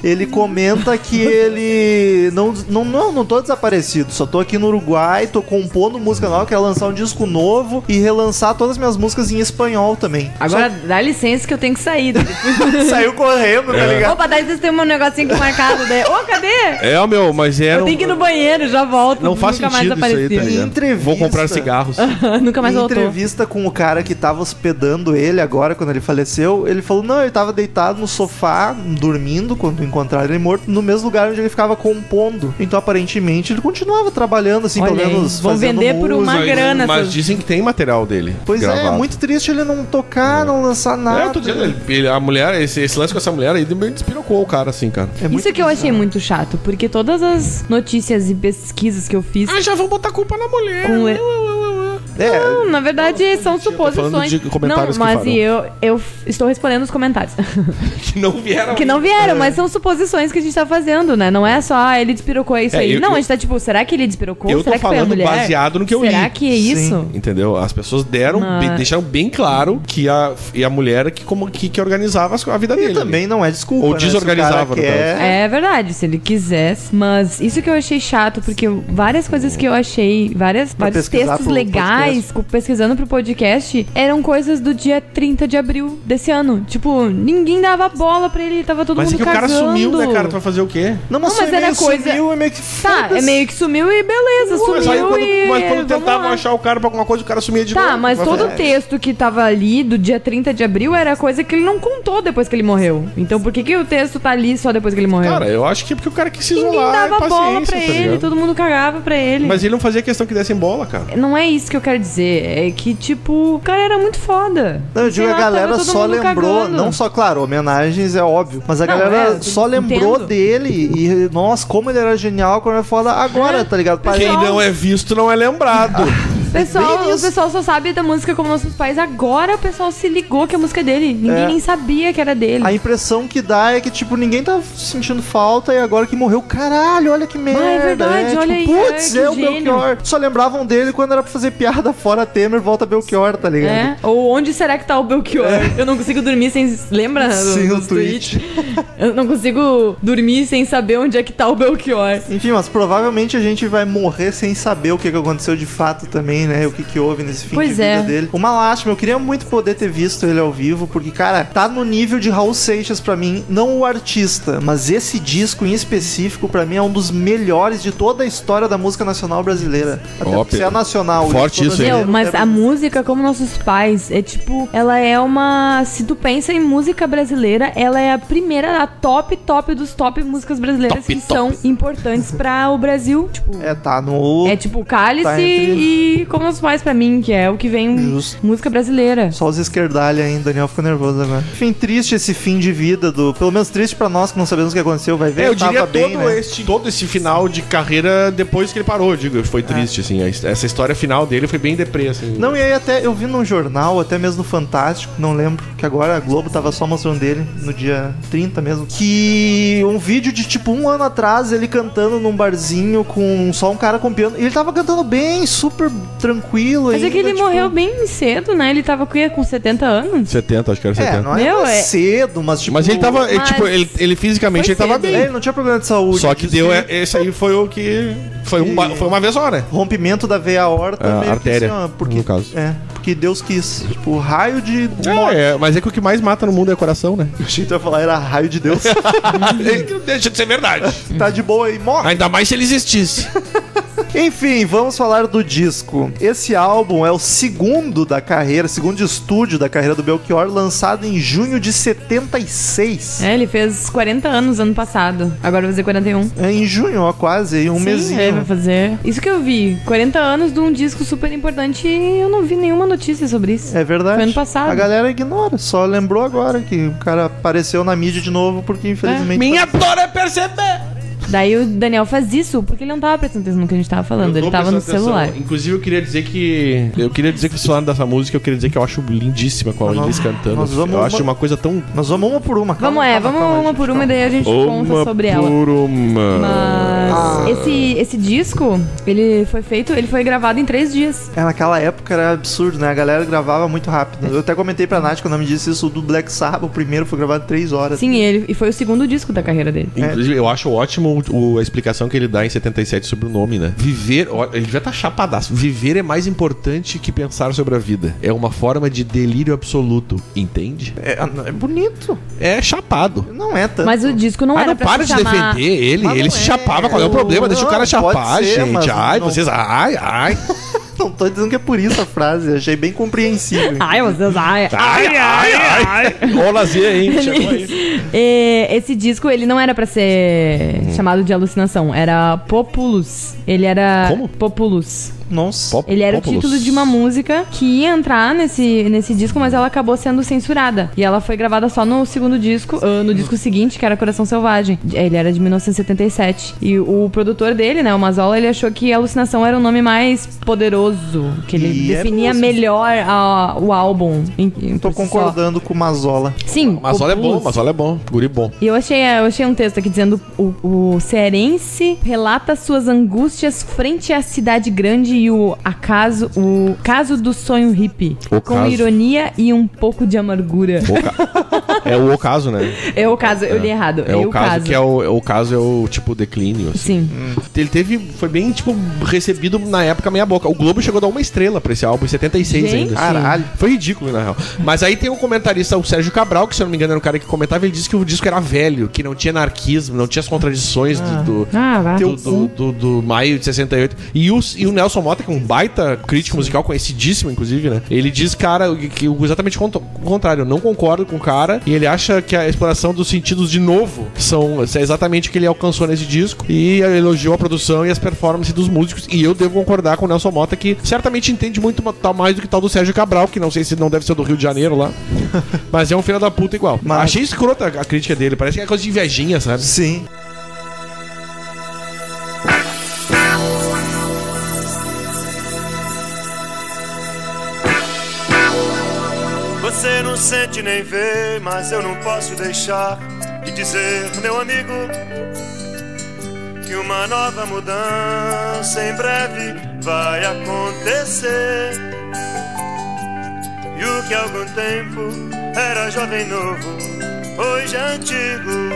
S2: ele comenta que ele não, não não não tô desaparecido, só tô aqui no Uruguai, tô compondo música nova, quero lançar um disco novo e relançar todas as minhas músicas em espanhol também.
S3: Agora dá licença que eu tenho que sair.
S2: Só- saiu correndo, tá ligado?
S3: Opa, dá licença, tem um negocinho aqui marcado. Daí, Ô, cadê?
S4: É, meu, mas era.
S3: Eu
S4: um-
S3: tenho que ir no banheiro, já volto.
S4: Não faz
S3: Nunca
S4: sentido
S3: mais
S4: isso aí, tá
S3: apareci.
S4: ligado?
S2: Entrevista.
S4: Vou comprar cigarros.
S3: Nunca mais
S2: em
S3: voltou.
S2: entrevista com o cara que tava hospedando ele agora, quando ele faleceu, ele falou: não, ele tava deitado no sofá, dormindo, quando encontraram ele morto, no mesmo lugar onde ele ficava compondo. Então, aparentemente, ele continuava trabalhando, assim,
S3: Olha
S2: pelo
S3: aí,
S2: menos.
S3: vão
S2: fazendo
S3: vender por uma
S2: música.
S4: Mas-
S3: grana,
S4: Mas
S3: essas-
S4: dizem que tem material dele.
S2: Pois é,
S4: gravado.
S2: muito triste ele não tocar, não lançar
S3: Tá
S2: nada.
S4: É, eu tô dizendo, ele- ele- a mulher, esse, esse lance com essa mulher aí meio despirocou o cara, assim, cara.
S2: É muito
S3: Isso que eu achei
S4: né?
S2: bizarro.
S3: muito chato, porque todas as notícias e pesquisas que eu fiz
S4: Ah, já vão botar culpa na mulher.
S3: com le-
S2: É,
S3: Não, na verdade são
S4: falando
S3: suposições.
S4: de comentários
S3: não,
S4: que
S3: mas
S4: farão.
S3: e eu, eu f- estou respondendo os comentários.
S4: Que não vieram.
S3: que não vieram, mas são suposições que a gente tá fazendo, né? Não é só, ah, ele despirocou é isso
S4: É,
S3: aí.
S4: eu-
S3: não,
S4: eu-
S3: a gente tá tipo, será que ele despirocou?
S4: Eu tô
S3: será que foi a
S4: falando
S3: mulher?
S4: baseado no que eu li.
S3: Será que é isso?
S4: Entendeu? As pessoas deram,
S3: Não.
S4: bem- deixaram bem claro que a, e a mulher que, como, que, que organizava as co- a vida
S2: E
S4: dele.
S2: também não é desculpa.
S4: Ou
S2: né? Se o
S4: desorganizava,
S2: cara
S4: no
S2: quer-
S3: É verdade, se ele quisesse. Mas isso que eu achei chato, porque eu- várias coisas que eu achei, várias,
S2: Pra
S3: vários
S2: pesquisar
S3: textos
S2: pro
S3: legais, co- pesquisando pro podcast, eram coisas do dia 30 de abril desse ano. Tipo, ninguém dava bola pra ele, tava todo
S4: Mas é
S3: mundo
S4: que o cara
S3: cagando.
S4: sumiu, né, cara? Tu vai fazer o quê?
S2: Não, mas,
S3: Não, mas
S2: foi
S3: era
S2: meio
S3: coisa-
S2: sumiu, é meio que
S3: Tá, é meio que sumiu e beleza, sumiu
S4: mas, aí quando,
S3: e...
S4: mas quando
S3: vamos
S4: tentavam
S3: lá.
S4: achar o cara pra alguma coisa, o cara sumia de novo.
S3: Tá, mas todo o
S4: é.
S3: texto que tava ali do dia 30 de abril era coisa que ele não contou depois que ele morreu. Então por que, que o texto tá ali só depois que ele morreu?
S4: Cara, eu acho que é porque o cara quis se
S3: Ninguém
S4: isolar.
S3: dava
S4: é
S3: bola
S4: paciência,
S3: pra
S4: tá
S3: ele,
S4: ligado?
S3: todo mundo cagava pra ele.
S4: Mas ele não fazia questão que dessem bola, cara.
S3: Não é isso que eu quero quero dizer. É que, tipo, o cara era muito foda.
S2: Não, eu
S3: Sei
S2: digo,
S3: lá,
S2: a galera
S3: tava todo
S2: só
S3: mundo
S2: lembrou,
S3: cagando.
S2: não só, claro, homenagens é óbvio, mas a
S3: Não,
S2: galera
S3: é,
S2: só lembrou
S3: entendo.
S2: dele e, nossa, como ele era genial, como ele era foda agora, tá ligado? Parece-
S4: Quem não é visto não é lembrado.
S3: Pessoal,
S2: Bem
S3: o
S2: isso.
S3: pessoal só sabe da música como nossos pais. Agora o pessoal se ligou que a música é dele. Ninguém
S2: É.
S3: nem sabia que era dele.
S2: A impressão que dá é que, tipo, ninguém tá sentindo falta e agora que morreu, caralho, olha que merda.
S3: Ah, é verdade,
S2: né? Tipo,
S3: olha aí,
S2: Putz,
S3: é,
S2: é,
S3: que
S2: o
S3: gênio.
S2: Belchior. Só lembravam dele quando era pra fazer piada fora Temer, volta Belchior, tá ligado?
S3: É? Ou onde será que tá o Belchior? Eu não consigo dormir sem. Lembra? do-
S2: É. Sim, o
S3: dos É, tweets?
S2: tweet.
S3: Eu não consigo dormir sem saber onde é que tá o Belchior.
S2: Enfim, mas provavelmente a gente vai morrer sem saber o que, que aconteceu de fato também, né? O que, que houve nesse fim
S3: Pois
S2: de
S3: é.
S2: vida dele. Uma lástima, eu queria muito poder ter visto ele ao vivo, porque, cara, tá no nível de Raul Seixas pra mim, não o artista, mas esse disco em específico, pra mim, é um dos melhores de toda a história da música nacional brasileira. Até
S4: Ó,
S2: porque
S4: Pedro.
S2: é nacional.
S4: Forte
S2: disco
S4: isso, hein?
S2: brasileiro
S3: Meu, mas
S2: é-
S3: a música, como nossos pais, é tipo, ela é uma. Se tu pensa em música brasileira, ela é a primeira, a top, top dos top músicas brasileiras
S4: Top,
S3: que
S4: top.
S3: são importantes pra o Brasil. Tipo,
S2: É, tá no...
S3: é tipo Cálice
S2: Tá entre-
S3: e Como Nossos Pais pra mim, que é o que vem
S2: Justo.
S3: música brasileira.
S2: Só os esquerdalha ainda, Daniel ficou nervoso agora. Enfim, triste esse fim de vida do... Pelo menos triste pra nós que não sabemos o que aconteceu. Vai ver,
S4: É, eu
S2: tava
S4: diria
S2: bem,
S4: todo,
S2: né?
S4: este, todo esse final de carreira depois que ele parou, digo, foi triste, assim. a his- Essa história final dele foi bem deprê, assim.
S2: É. Não, e aí até eu vi num jornal, até mesmo no Fantástico, não lembro, que agora a Globo tava só mostrando dele, no dia 30 mesmo, que um vídeo de tipo um ano atrás, ele cantando num barzinho com só um cara com piano, e ele tava cantando bem, super tranquilo
S3: Mas é que
S2: ainda,
S3: ele
S2: tipo,
S3: morreu bem cedo, né? Ele tava com, com 70 anos.
S4: 70, acho que era
S2: É, não é
S3: Meu, é-
S2: cedo, mas tipo...
S4: Mas ele tava, ele,
S3: Mas-
S4: tipo, ele, ele fisicamente
S3: Foi
S4: ele tava
S3: cedo.
S2: É,
S4: bem.
S2: ele não tinha problema de saúde.
S4: Só que
S2: Isso
S4: deu, é- esse aí foi o que. Foi, um, ba- foi uma vez só, né?
S2: Rompimento da veia aorta,
S4: É,
S2: meio que assim,
S4: artéria,
S2: ó, porque,
S4: no caso.
S2: É, porque Deus quis. Tipo, raio de morte. assim, então
S4: É, é, mas é que o que mais mata no mundo é o coração, né?
S2: Eu achei que tu ia falar, era raio de Deus.
S4: Deixa de ser verdade.
S2: tá de boa aí, morre.
S4: Ainda mais se ele existisse.
S2: Enfim, vamos falar do disco. Esse álbum é o segundo da carreira, segundo de estúdio da carreira do Belchior, lançado em junho de 76.
S3: É, ele fez 40 anos ano passado. Agora vai fazer 41.
S2: É. em junho, ó, quase, aí um
S3: Sim,
S2: mesinho.
S3: é, vai fazer. Isso que eu vi, 40 anos de um disco super importante e eu não vi nenhuma notícia sobre isso.
S2: É verdade.
S3: Foi ano passado.
S2: A galera ignora, só lembrou agora que o cara apareceu na mídia de novo,
S3: É,
S2: porque infelizmente.
S4: Minha dor é perceber.
S3: Daí o Daniel faz isso porque ele não tava prestando atenção no que a gente tava falando, ele tava no celular.
S4: Inclusive, eu queria dizer que. Eu queria dizer que o celular dessa música, eu queria dizer que eu acho lindíssima com a
S2: Nós
S4: Elis
S2: vamos-
S4: cantando.
S2: nós vamos
S4: eu
S2: uma-
S4: acho uma coisa tão.
S2: Nós vamos uma por uma, calma,
S3: vamos, é,
S2: calma,
S3: vamos
S2: calma,
S3: uma
S2: gente,
S3: por uma e
S2: calma.
S3: daí a gente conta sobre ela.
S4: por uma.
S3: Mas esse,
S2: Ah.
S3: esse disco, ele foi feito, ele foi gravado em três dias.
S2: É, naquela época era absurdo, né? A galera gravava muito rápido. Eu até comentei pra Nath quando ela me disse isso do Black Sabbath, o primeiro foi gravado em 3 horas.
S3: Sim, ele, e foi o segundo disco da carreira
S2: É.
S3: dele.
S4: Inclusive, eu acho ótimo o- a explicação que ele dá em 77 sobre o nome, né? Viver, ó, ele já tá chapadaço. Viver é mais importante que pensar sobre a vida. É uma forma de delírio absoluto, entende?
S2: É, é bonito.
S4: É chapado.
S2: Não é tanto.
S3: Mas o disco não
S4: Mas
S3: era
S4: não
S3: pra
S4: para
S3: se
S4: de
S3: chamar...
S4: defender ele,
S2: Mas
S4: ele
S2: não
S4: se
S2: é.
S4: chapava, qual é o problema? Deixa o cara
S2: Não,
S4: chapar,
S2: pode ser,
S4: gente.
S2: mas
S4: Ai,
S2: não-
S4: vocês, ai, ai.
S2: Não tô dizendo que é por isso a frase, achei bem compreensível.
S3: Ai, meu Deus, ai.
S4: Ai, ai, ai. Ó, o lazer, hein? Chegou aí.
S3: É, esse disco, ele não era pra ser chamado de alucinação, era Populus. Ele era.
S4: Como?
S3: Populus.
S2: Nossa.
S4: Pop-
S3: Ele era o
S4: Populus.
S3: título de uma música que ia entrar nesse, nesse disco, mas ela acabou sendo censurada. E ela foi gravada só no segundo disco, ah, no disco seguinte, que era Coração Selvagem. Ele era de 1977. E o produtor dele, né, o Mazola, ele achou que Alucinação era o nome mais poderoso, que ele
S2: E é
S3: definia
S2: mesmo.
S3: melhor a- o álbum. em- em
S2: Tô
S3: por si só.
S2: concordando com o Mazola.
S3: Sim.
S4: Mas olha é bom,
S3: Populus.
S4: mas olha é bom. Guri bom.
S3: E eu achei, eu achei um texto aqui dizendo: o, o cearense relata suas angústias frente à cidade grande e o acaso, o caso do sonho hippie.
S4: O
S3: com
S4: caso.
S3: ironia e um pouco de amargura.
S4: Oca- é o ocaso, né?
S3: É o caso, eu li errado.
S4: É o caso, que é o, é o caso é o tipo declínio. assim.
S3: Sim.
S4: Ele teve. Foi bem, tipo, recebido na época meia boca. O Globo chegou a dar uma estrela pra esse álbum em 76
S3: Gente.
S4: ainda.
S2: Caralho.
S4: Foi ridículo, na real. Mas aí tem um comentarista, o Sérgio Cabral, que se eu não me engano era o cara que comentava, ele disse que o disco era velho, que não tinha anarquismo, não tinha as contradições do. do
S3: Ah, vá.
S4: do, do, do- do maio de 68. E o, e o Nelson Mota, que é um baita crítico musical, conhecidíssimo, inclusive, né? Ele diz, cara, que o- exatamente o cont- o contrário. Eu não concordo com o cara. E ele acha que a exploração dos sentidos de novo são é exatamente o que ele alcançou nesse disco. E elogiou a produção e as performances dos músicos. E eu devo concordar com o Nelson Mota, que certamente entende muito ma- tal- mais do que tal do Sérgio Cabral, que não sei se não deve ser do Rio de Janeiro lá. mas é um filho da puta igual.
S2: Mas-
S4: Achei escrota a crítica dele. Parece que é coisa de invejinha, sabe?
S2: Sim.
S1: Você não sente nem vê, mas eu não posso deixar de dizer, meu amigo, que uma nova mudança em breve vai acontecer. E o que há algum tempo era jovem novo, hoje é antigo.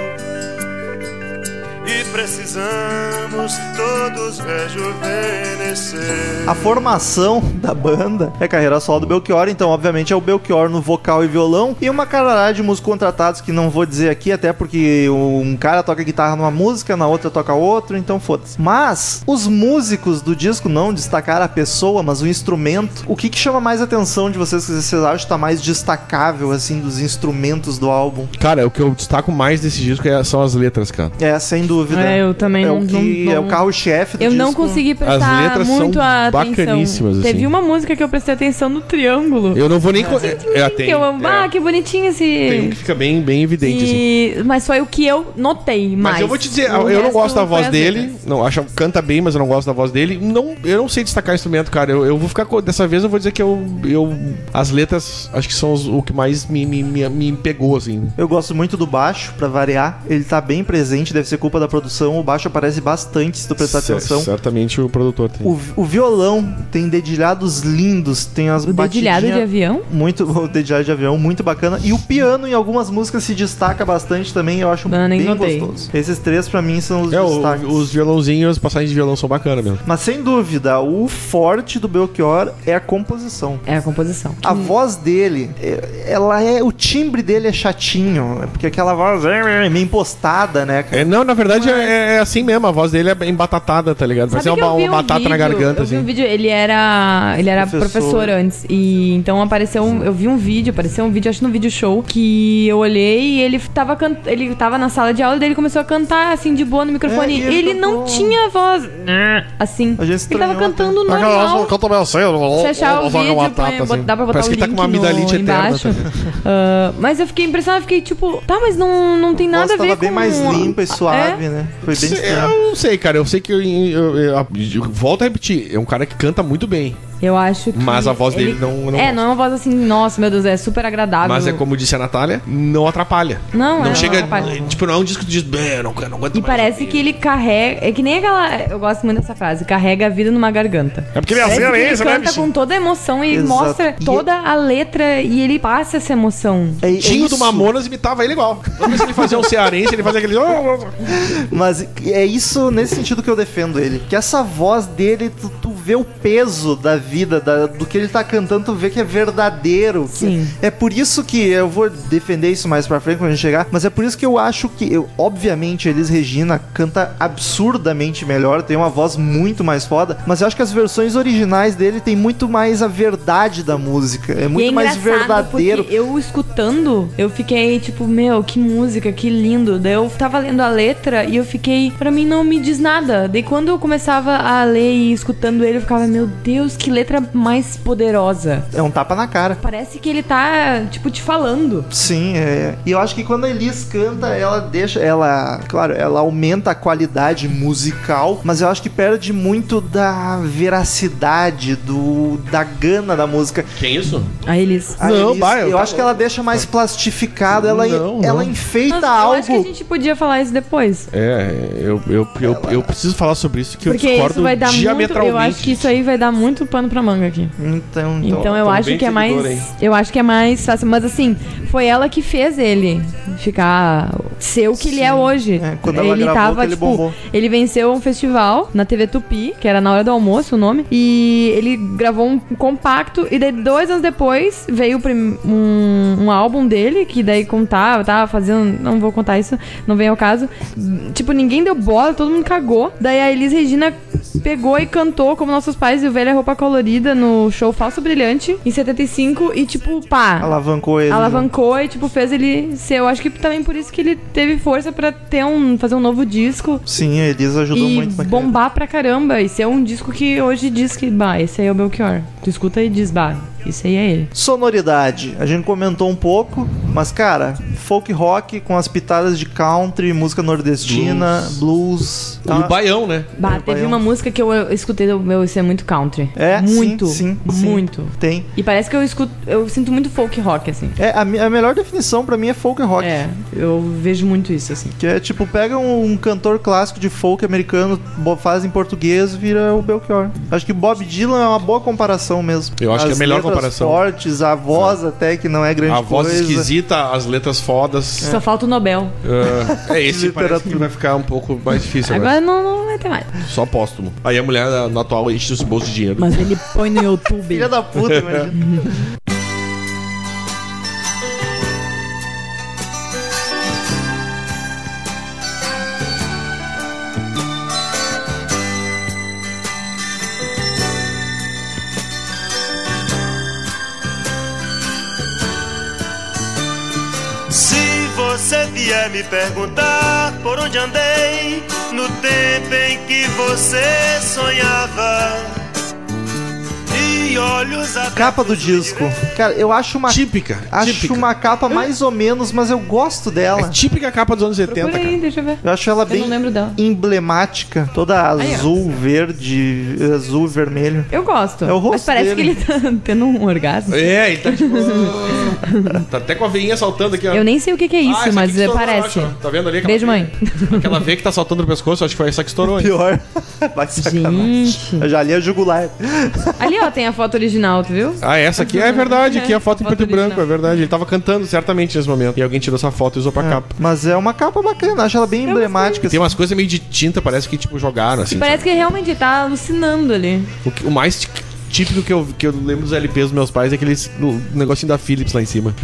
S1: E precisamos todos rejuvenescer.
S2: A formação da banda é carreira solo do Belchior, então, obviamente, é o Belchior no vocal e violão e uma caralhada de músicos contratados que não vou dizer aqui, até porque um cara toca guitarra numa música, na outra toca outro, então foda-se. Mas os músicos do disco não destacaram a pessoa, mas o instrumento. O que, que chama mais atenção de vocês que vocês acham que tá mais destacável, assim, dos instrumentos do álbum?
S4: Cara, o que eu destaco mais desse disco é- são as letras, cara.
S2: É, sem dúvida.
S3: É, eu também
S2: É o
S3: não-
S2: que
S3: não-
S2: é o carro-chefe do
S3: Eu
S2: disco.
S3: não consegui prestar
S4: letras são
S3: muito atenção.
S4: bacaníssimas, assim.
S3: Teve uma música que eu prestei atenção no triângulo.
S4: Eu não vou nem. co- É, é, tem,
S3: que eu amo. Ah,
S4: é.
S3: que bonitinho esse.
S4: Tem um que fica bem, bem evidente, assim.
S3: E- Mas foi o que eu notei mais.
S4: Mas eu vou te dizer,
S3: O
S4: eu não
S3: resto
S4: gosto da
S3: foi
S4: voz
S3: as
S4: dele.
S3: letras.
S4: Não, acho canta bem, mas eu não gosto da voz dele. Não, eu não sei destacar instrumento, cara. Eu, eu vou ficar co- dessa vez eu vou dizer que eu, eu as letras acho que são os- o que mais me, me, me, me pegou assim.
S2: Eu gosto muito do baixo, pra variar. Ele tá bem presente, deve ser culpa da produção. O baixo aparece bastante, se tu prestar
S4: Cer-
S2: atenção.
S4: Certamente o produtor tem.
S2: O, vi- o violão tem dedilhados lindos, tem as
S3: O dedilhado de
S2: batidinhas
S3: avião?
S2: Muito, o dedilhado de avião, muito bacana. E o piano em algumas músicas se destaca bastante também, eu acho
S3: Mano, nem
S2: bem
S3: notei.
S2: gostoso. Esses três pra mim são os
S4: É,
S2: destaques.
S4: o, os violãozinhos, as passagens de violão são bacanas mesmo.
S2: Mas sem dúvida, o forte do Belchior é a composição.
S3: É a composição.
S2: A voz dele, é- ela é. O timbre dele é chatinho. é Porque aquela voz é meio impostada, né, cara?
S4: É, não, na verdade é, é assim mesmo, a voz dele é bem batatada, tá ligado? Parece
S3: Sabe
S4: uma,
S3: que eu
S4: uma
S3: vi um
S4: batata na
S3: vídeo-
S4: garganta,
S3: eu vi um
S4: assim.
S3: vídeo, ele era, ele era
S2: Professor.
S3: professor. antes. E então apareceu um, eu vi um vídeo, apareceu um vídeo, acho no vídeo show, que eu olhei e ele tava can- ele tava na sala de aula e daí ele começou a cantar assim de boa no microfone.
S2: É, e ele
S3: ele não
S2: cantou.
S3: tinha voz assim.
S2: A gente
S3: Ele
S2: estranhou,
S3: tava cantando
S4: Tá aquela voz
S3: normal.
S4: que eu também sei, eu vou-
S3: Se achar o
S4: vou jogar
S3: vídeo,
S4: uma
S3: põe-
S4: batata,
S3: bota-
S4: assim.
S3: dá pra botar
S4: Parece
S3: o
S4: que
S3: link
S4: tá com uma amidalite
S3: no,
S4: eterna.
S3: embaixo.
S4: tá?
S3: Ah, mas eu fiquei impressionada, fiquei tipo, tá, mas não, não tem
S2: A voz
S3: nada a ver
S2: tava
S3: com...
S2: bem mais limpa e suave,
S3: É?
S2: né? Foi bem
S4: Sei-
S2: estranho.
S4: eu não sei, cara. Eu sei que eu, eu- eu- eu- eu- volto a repetir, é um cara que canta muito bem.
S3: Eu acho que...
S4: Mas a voz
S3: ele-
S4: dele não- não
S3: É,
S4: gosto.
S3: não é uma voz assim, nossa, meu Deus, é super agradável.
S4: Mas é como disse a Natália, não atrapalha.
S3: Não, é,
S4: não
S3: não
S4: chega.
S3: atrapalha.
S4: Tipo, não é um disco que diz, "Bê, eu não, eu não aguento
S3: E
S4: mais
S3: parece
S4: ouvir."
S3: que ele carrega. É que nem aquela. Eu gosto muito dessa frase: carrega a vida numa garganta.
S4: É porque ele é assim,
S3: Parece que
S4: é
S3: ele
S4: isso, né,
S3: canta
S4: bichinho?
S3: com toda a emoção e
S2: Exato.
S3: mostra
S2: E-
S3: toda a letra e ele passa essa emoção.
S2: É- é
S4: Tinho do
S2: isso.
S4: Mamonas imitava ele igual. Toda vez que ele fazia um cearense, ele fazia aquele.
S2: Mas é isso nesse sentido que eu defendo ele. Que essa voz dele, tu, tu vê o peso da vida, da- do que ele tá cantando, tu vê que é verdadeiro. que-
S3: Sim.
S2: É por isso que eu vou defender isso mais pra frente quando a gente chegar, mas é por isso que eu acho que, eu- obviamente, Elis Regina canta absurdamente melhor, tem uma voz muito mais foda, mas eu acho que as versões originais dele tem muito mais a verdade da música. É muito
S3: e é
S2: mais
S3: engraçado
S2: verdadeiro.
S3: Porque eu escutando, eu fiquei tipo, meu, que música, que lindo. Daí eu tava lendo a letra e eu fiquei, pra mim não me diz nada. Daí quando eu começava a ler e escutando ele, eu ficava, meu Deus, que letra mais poderosa.
S2: É um tapa na cara.
S3: Parece que ele tá, tipo, te falando.
S2: Sim, é. E eu acho que quando a Elis canta, ela deixa. Ela. Claro, ela aumenta a qualidade musical, mas eu acho que perde muito da veracidade, do, da gana da música.
S4: Que isso?
S3: Aí eles.
S2: A
S4: Não,
S2: Elis,
S4: vai,
S2: eu
S4: tá
S2: acho que ela deixa mais plastificado, ela,
S4: Não,
S2: ela
S4: não.
S2: enfeita
S3: Nossa, eu acho que a
S2: algo.
S3: gente podia falar isso depois.
S4: É, eu, eu, eu, eu preciso falar sobre isso que
S3: Porque
S4: eu discordo
S3: isso vai dar muito.
S4: diametralmente.
S3: Eu acho que isso aí vai dar muito pano pra manga aqui.
S2: Então, então.
S3: Então, eu
S4: tamo
S3: acho
S4: bem
S3: que é mais.
S4: seguidor, hein?
S3: Eu acho que é mais fácil. Mas assim, foi ela que fez ele ficar ser o que ele é hoje.
S2: É, quando ela gravou que ele
S3: tipo,
S2: bombou.
S3: ele venceu um festival na TV Tupi, que era na hora do almoço o nome, e ele gravou um compacto, e daí dois anos depois veio o prim- um, um álbum dele, que daí contava, tava fazendo, não vou contar isso, não vem ao caso. Tipo, ninguém deu bola, todo mundo cagou. Daí a Elis Regina pegou e cantou como Nossos Pais e o Velha Roupa Colorida no show Falso Brilhante, em 75, e tipo, pá.
S2: Alavancou ele. né?
S3: Alavancou e, tipo, fez ele ser. Eu acho que também por isso que ele teve força pra ter um, fazer um novo disco
S2: Sim, a Elisa ajudou
S3: e
S2: muito. na carreira.
S3: bombar pra caramba. E ser um disco que hoje diz que, bah, esse aí é o Belchior. Tu escuta e diz, bah, isso aí é ele.
S2: Sonoridade. A gente comentou um pouco, mas cara, folk rock com as pitadas de country, música nordestina, blues. tá?
S4: E o Baião, né?
S3: Bah,
S2: Meu
S3: teve
S2: baião.
S3: uma música que eu, eu escutei do meu, isso é muito country.
S2: É, sim,
S3: muito,
S2: sim, sim.
S3: muito.
S2: Tem.
S3: E parece que eu escuto, eu sinto muito folk rock assim.
S2: É, a, mi- a melhor definição pra mim é folk rock.
S3: É, eu vejo muito isso assim.
S2: Que é tipo, pega um, um cantor clássico de folk americano, bo- faz em português, vira o Belchior. Acho que Bob Dylan é uma boa comparação mesmo.
S4: Eu acho que é a melhor
S2: letras
S4: comparação. Ah.
S2: fortes, a voz até que não é grande
S4: A voz
S2: coisa.
S4: esquisita, as letras
S2: É.
S4: fodas.
S3: Só falta o Nobel.
S4: Ah, É, esse parece que
S2: Literatura.
S4: vai ficar um pouco mais difícil agora.
S3: Agora não, não vai ter mais.
S4: Só póstumo. Aí a mulher na- na atual enche os bolsos de dinheiro.
S3: Mas ele põe no YouTube.
S2: Filha da puta, imagina.
S1: Se você vier me perguntar por onde andei no tempo em que você sonhava, e olhos abertos
S2: Capa do disco. Cara, eu acho uma.
S4: Típica.
S2: Acho
S4: típica.
S2: uma
S3: Hum?
S2: capa mais ou menos, mas eu gosto
S4: É
S2: dela.
S4: típica capa dos anos 70,
S3: Por aí,
S4: cara.
S3: deixa eu ver.
S2: Eu acho ela
S3: Eu
S2: bem
S3: não lembro dela.
S2: emblemática, toda
S3: Aí, ó.
S2: azul, verde, azul, vermelho.
S3: Eu gosto.
S2: É o rosto
S3: mas parece
S2: dele.
S3: que ele tá tendo um orgasmo.
S4: É, ele tá tipo. tá até com a veinha saltando aqui, ó.
S3: Eu nem sei o que, que é
S4: Ah,
S3: isso,
S4: esse aqui
S3: mas
S4: que estourou,
S3: parece.
S4: eu acho, ó. tá vendo ali? aquela
S3: Beijo,
S4: veia?
S3: mãe.
S4: Aquela veia que tá saltando o pescoço, acho que foi essa que estourou, hein?
S2: Pior. Vai sacanagem.
S3: Gente.
S2: Eu já li a jugular.
S3: Ali, ó, tem a foto original, tu viu?
S4: Ah, essa aqui é verdade, aqui é a foto em
S3: Foto
S4: preto e branco,
S3: original.
S4: é verdade. Ele tava cantando certamente nesse momento. E alguém tirou essa foto e usou pra capa.
S2: Mas é uma capa bacana, acho ela bem emblemática.
S4: Tem umas coisas meio de tinta, parece que, tipo, jogaram, assim.
S3: Parece que realmente ele tá alucinando ali.
S4: O, que- o mais tí- típico que eu, que eu lembro dos LPs dos meus pais é aquele s- o negocinho da Philips lá em cima.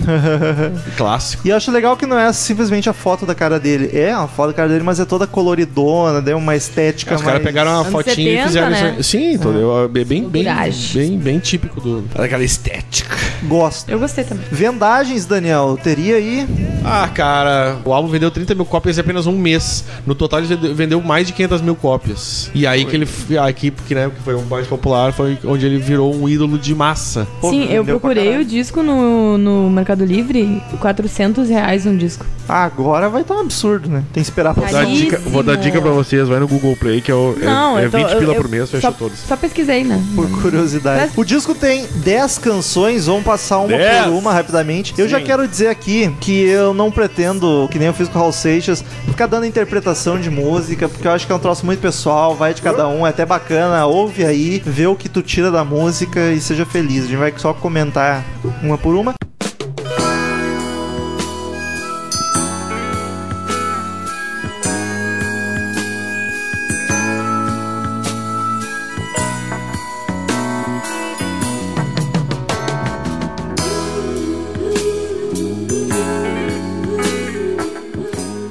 S4: Clássico.
S2: E eu acho legal que não é simplesmente a foto da cara dele. É a foto da cara dele, mas é toda coloridona, deu uma estética
S4: Os caras
S2: mais-
S4: pegaram uma
S3: É, Anos
S4: fotinha e
S3: 70,
S4: fizeram
S3: né?
S4: isso. aí. Sim, tô, eu- é bem, bem,
S3: Coragem.
S4: bem, bem típico do, daquela estética.
S2: Gosto.
S3: Eu gostei também.
S2: Vendagens, Daniel, teria aí.
S4: Ah, cara, o álbum vendeu 30 mil cópias em apenas um mês. No total, ele vendeu- vendeu mais de 500 mil cópias. E aí que ele. f- A equipe que né, que foi o mais popular foi onde ele virou um ídolo de massa.
S2: Pô,
S3: Sim, eu
S2: vendeu pra
S3: procurei
S2: caralho.
S3: o disco no, no Mercado Livre, 400 reais um disco.
S2: Ah, agora vai estar um absurdo, né? Tem que esperar pra
S3: Tá
S6: Dar
S3: Caríssimo.
S6: dica- vou dar dica pra vocês, vai no Google Play, que é, o, é-
S3: Não,
S6: é,
S3: eu tô-
S6: 20 pila
S3: eu-
S6: por mês, fecha
S3: Só,
S6: todos.
S3: só pesquisei, né?
S2: por curiosidade.
S3: Mas-
S2: O disco tem 10 canções, vamos passar uma
S4: Dez?
S2: por uma rapidamente. Eu já quero dizer aqui que eu não pretendo, que nem eu fiz com o Raul Seixas, ficar dando interpretação de música, porque eu acho que é um troço muito pessoal, vai de cada um, é até bacana, ouve aí, vê o que tu tira da música e seja feliz. A gente vai só comentar uma por uma.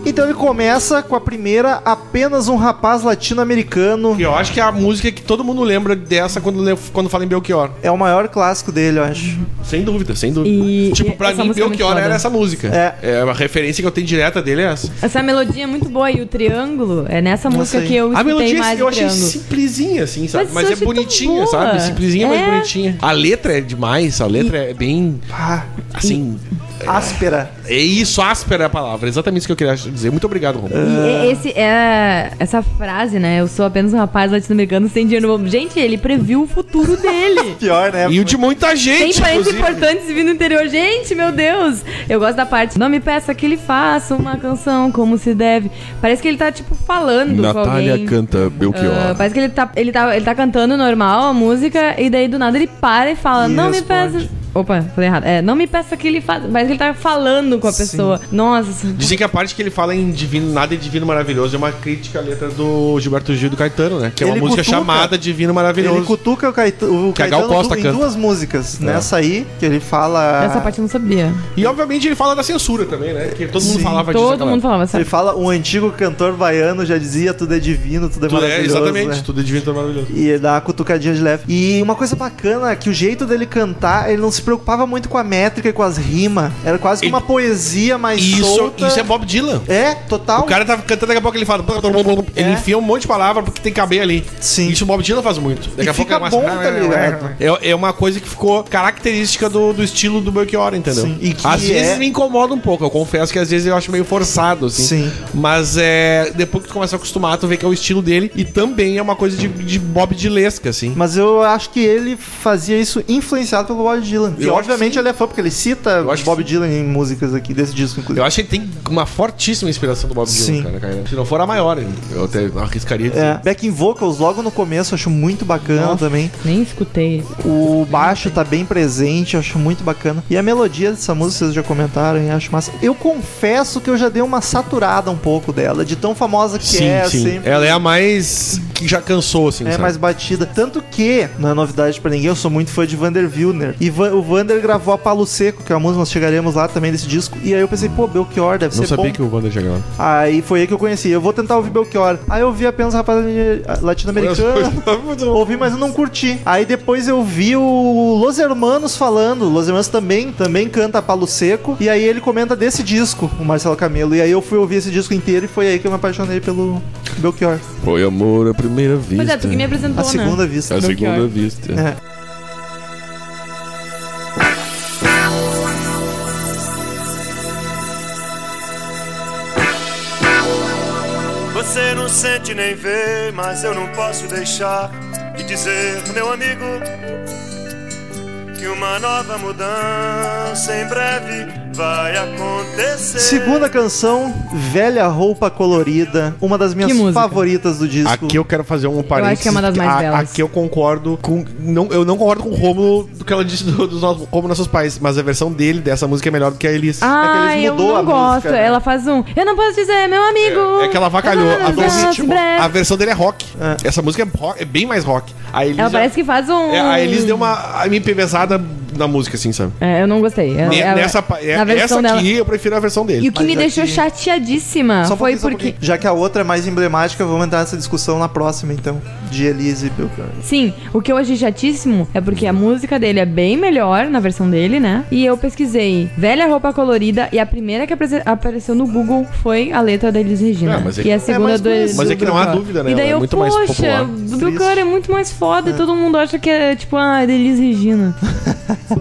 S2: Então ele começa com a primeira, apenas um rapaz latino-americano.
S4: E eu acho que é a música que todo mundo lembra dessa quando, le- quando fala em Belchior.
S2: É o maior clássico dele, eu acho.
S4: Sem dúvida, sem dúvida.
S3: E-
S4: tipo,
S3: e
S4: pra
S3: essa
S4: mim,
S3: música é muito
S4: Belchior
S3: foda.
S4: era essa música.
S2: É.
S4: a referência que eu tenho direta dele é essa.
S3: Essa melodia é muito boa e o triângulo é nessa
S2: Não
S3: música
S2: sei.
S3: que eu
S4: A
S3: escutei
S4: melodia é
S3: mais
S4: eu
S3: o
S4: achei
S3: triângulo.
S4: simplesinha, assim, sabe?
S3: Mas
S4: Mas,
S3: eu
S4: é
S3: achei tão
S4: bonitinha,
S3: boa.
S4: sabe? Simplesinha, mas
S3: É.
S4: bonitinha. A letra é demais, a letra é bem.
S2: Ah,
S4: Assim.
S2: áspera.
S4: É isso, áspera é a palavra. Exatamente isso que eu queria dizer. Muito obrigado, Romulo.
S3: E e- esse, é, essa frase, né? Eu sou apenas um rapaz latino-americano sem dinheiro no bolso. Gente, ele previu o futuro dele.
S2: Pior, né?
S4: E o de muita
S3: É. Tem
S4: gente,
S3: parentes
S4: inclusive.
S3: importantes vindo do interior. Gente, meu Deus! Eu gosto da parte. Não me peça que ele faça uma canção como se deve. Parece que ele tá, tipo, falando com alguém.
S6: canta
S3: Ah, parece que ele tá, ele, tá, ele tá cantando normal a música e daí do nada ele para e fala:
S2: E
S3: Não
S2: responde.
S3: me peça. Opa, falei errado. É, não me peça que ele faça. Parece que ele tá falando com a pessoa. Nossa.
S4: Dizem que a parte que ele fala em divino, nada é divino maravilhoso é uma crítica à letra do Gilberto Gil e do Caetano, né? Que é uma
S2: Ele
S4: música
S2: cutuca.
S4: chamada Divino
S2: Ele
S4: Maravilhoso.
S2: cutuca o Caet- o Caetano,
S4: Que a Gal Costa
S2: du- em
S4: canta.
S2: duas músicas.
S4: É.
S2: Nessa aí, que ele fala.
S3: Essa parte eu não sabia.
S4: E obviamente ele fala da censura também, né? Que todo mundo
S2: Sim.
S4: falava disso.
S3: Todo
S4: naquela
S3: mundo
S4: época.
S3: falava
S2: Ele
S3: sabe?
S2: fala, o antigo cantor baiano já dizia tudo é divino, tudo é
S4: Tudo é,
S2: maravilhoso.
S4: exatamente,
S2: né?
S4: tudo é divino, tudo é maravilhoso.
S2: E dá uma cutucadinha de leve. E uma coisa bacana é que o jeito dele cantar, ele não se preocupava muito com a métrica e com as rimas. Era quase que uma poesia mais
S4: E isso,
S2: solta.
S4: isso é Bob Dylan.
S2: É, total.
S4: O cara tá cantando, daqui a pouco ele fala. Ele
S2: É.
S4: enfia um monte de palavra porque tem que caber ali.
S2: Sim.
S4: Isso o Bob Dylan faz muito. Daqui
S2: E
S4: a pouco
S2: fica
S4: é mais-
S2: bom, tá ligado?
S4: É, é uma coisa que ficou característica do, do estilo do Belchior, entendeu?
S2: Sim, e que
S4: às vezes
S2: é-
S4: me incomoda um pouco. Eu confesso que às vezes eu acho meio forçado, assim.
S2: Sim.
S4: Mas é, depois que tu começa a acostumar, tu vê que é o estilo dele e também é uma coisa de, de Bob Dilesca, assim.
S2: Mas eu acho que ele fazia isso influenciado pelo Bob Dylan. E
S4: Eu acho que
S2: obviamente
S4: sim.
S2: ele é fã, porque ele cita
S4: Eu acho que
S2: Bob
S4: sim.
S2: Dylan em músicas aqui desse disco,
S4: Eu
S2: inclusive.
S4: acho que ele tem uma fortíssima inspiração do Bob
S2: Sim.
S4: Dylan, cara, cara. Se não for a maior, eu até arriscaria dizer.
S2: É, back in vocals logo no começo, eu acho muito bacana
S3: Nossa.
S2: também.
S3: Nem escutei.
S2: O baixo tá bem presente, eu acho muito bacana. E a melodia dessa música, vocês já comentaram, eu acho massa. Eu confesso que eu já dei uma saturada um pouco dela, de tão famosa que
S4: Sim,
S2: é,
S4: sim.
S3: assim,
S2: sempre.
S4: Ela é a mais que já cansou, assim,
S2: É
S4: sabe?
S2: mais batida. Tanto que, não é novidade pra ninguém, eu sou muito fã de Vander Wilner. E Van- o Vander gravou a Palo Seco, que é uma música, nós chegaremos lá também desse disco. E aí eu pensei, pô, Belchior deve
S4: Não
S2: ser
S4: sabia
S2: bom.
S4: que o Wander chegava.
S2: Aí foi aí que eu conheci. Eu vou tentar ouvir Belchior. Aí eu vi apenas rapaz latino-americano. Ouvi, mas eu não curti. Aí depois eu vi o Los Hermanos falando. Los Hermanos também, também canta Palo Seco. E aí ele comenta desse disco, o Marcelo Camelo. E aí eu fui ouvir esse disco inteiro e foi aí que eu me apaixonei pelo Belchior.
S6: Foi amor à primeira vista.
S3: Pois é, tu que me apresentou,
S2: A
S3: né?
S2: segunda vista.
S6: À
S3: Belchior.
S6: segunda vista.
S2: É.
S1: Você não sente nem vê, mas eu não posso deixar de dizer, meu amigo, que uma nova mudança em breve vai acontecer.
S2: Segunda canção, Velha Roupa Colorida, uma das minhas
S3: Que música?
S2: favoritas do disco.
S4: Aqui eu quero fazer um parênteses.
S3: acho que é uma das mais
S4: A-
S3: belas.
S4: Aqui eu concordo com. Não, eu não concordo com o Romulo do que ela disse do- dos nossos, como nossos pais, mas a versão dele dessa música é melhor do que a Elis.
S3: Ah,
S2: eles
S3: eu
S2: mudou a
S3: não gosto.
S2: música, né?
S3: Ela faz um. Eu não posso dizer, meu amigo.
S4: É que ela vacalhou.
S3: Ah,
S4: A,
S3: nossa,
S4: versão,
S3: breve.
S4: a versão dele é rock. Essa música é, rock- é bem mais rock. A Elis,
S3: Ela
S4: já-
S3: parece que faz um.
S4: é, a Elis deu uma MPVzada na música, assim, sabe?
S3: É, eu não gostei. Ela-
S4: Ne-
S3: ela-
S4: nessa pa- é-
S3: na versão
S4: essa aqui
S3: dela.
S4: eu prefiro a versão dele.
S3: E o que
S2: Mas
S3: me
S2: aqui-
S3: deixou chateadíssima
S2: Só um
S3: foi
S2: pouquinho, só um
S3: porque.
S2: pouquinho. Já que a outra é mais emblemática, vamos entrar nessa discussão na próxima, então. De Elise e Belchior.
S3: Sim, o que eu achei chatíssimo é porque a música dele é bem melhor na versão dele, né? E eu pesquisei velha roupa colorida e a primeira que apare- apareceu no Google foi a letra da Elis Regina.
S4: É, mas é
S3: e
S4: que-
S3: a segunda
S2: mais
S3: do
S2: conhecido,
S4: Mas é que não há
S2: Belchior.
S4: dúvida, né?
S3: E daí
S4: Ela
S3: eu,
S4: é muito mais
S3: poxa,
S4: popular.
S3: o Belchior é muito mais foda e todo mundo acha que é, tipo, ah, é da Elis Regina.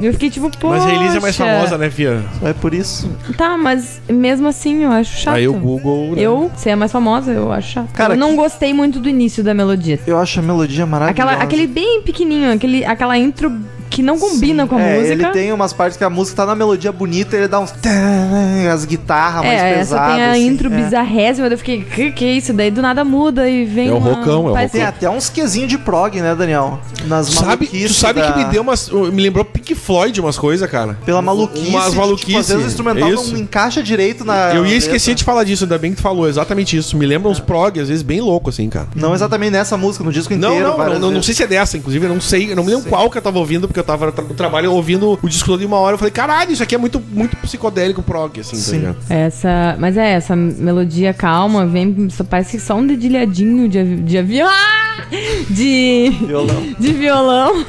S3: eu fiquei tipo, poxa.
S4: Mas a Elis é mais famosa, né, Fia?
S2: É por isso.
S3: Tá, mas mesmo assim eu acho chato.
S4: Aí o Google. né?
S3: Eu, se é a mais famosa, eu acho chato.
S2: Cara,
S3: eu não
S2: que-
S3: gostei muito do início da melodia.
S2: Eu acho a melodia maravilhosa.
S3: Aquela, aquele bem pequenininho, aquele, aquela intro que não combina com a
S2: é,
S3: música.
S2: Ele tem umas partes que a música tá na melodia bonita, ele dá uns. tã, As guitarras mais
S3: é, essa
S2: pesadas.
S3: tem a
S2: assim,
S3: intro
S2: é.
S3: bizarrésima, daí eu fiquei, que, que é isso? Daí do nada muda e vem.
S4: É o
S3: uma-
S4: rocão, é o
S3: parece-
S2: Tem até uns quezinhos de prog, né, Daniel? Nas
S4: Tu sabe, tu
S2: maluquices
S4: sabe
S2: da-
S4: que me deu umas. Me lembrou Pink Floyd umas coisas, cara.
S2: Pela maluquice.
S4: Umas
S2: de,
S4: maluquices.
S2: Tipo, às vezes o instrumental
S4: Isso.
S2: não encaixa direito na.
S4: Eu ia
S2: na
S4: esquecer
S2: letra.
S4: de falar disso, ainda bem que tu falou exatamente isso. Me lembra uns prog, às vezes, bem louco, assim, cara.
S2: Não exatamente nessa música, no disco
S4: Não,
S2: inteiro.
S4: não,
S2: várias
S4: não, não, não
S2: vezes.
S4: sei se é dessa, inclusive, eu não sei, eu não me lembro qual que eu tava ouvindo, porque eu tava no tra- no trabalho ouvindo o disco todo em uma hora, eu falei, caralho, isso aqui é muito, muito psicodélico prog, assim,
S2: Sim.
S4: tá ligado?
S3: Essa, mas é essa melodia calma, vem, só parece que só um dedilhadinho de, avi- de avião, Ah! de
S2: Violão.
S3: de violão. um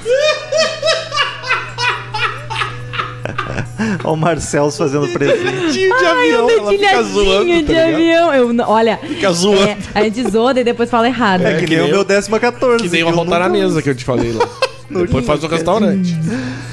S2: Olha o Marcelo fazendo presente.
S4: Dedinho de
S2: Então
S4: avião, ela fica
S3: Dedilhadinho
S4: zoando,
S3: de
S4: tá ligado?
S3: avião. Eu, não- olha,
S4: Fica zoando.
S3: é, a gente zoa e depois fala errado.
S2: É, que, nem o meu décimo 14.
S4: Que nem
S2: eu
S4: uma voltar na
S2: nunca-
S4: mesa que eu te falei lá. Depois faz o restaurante.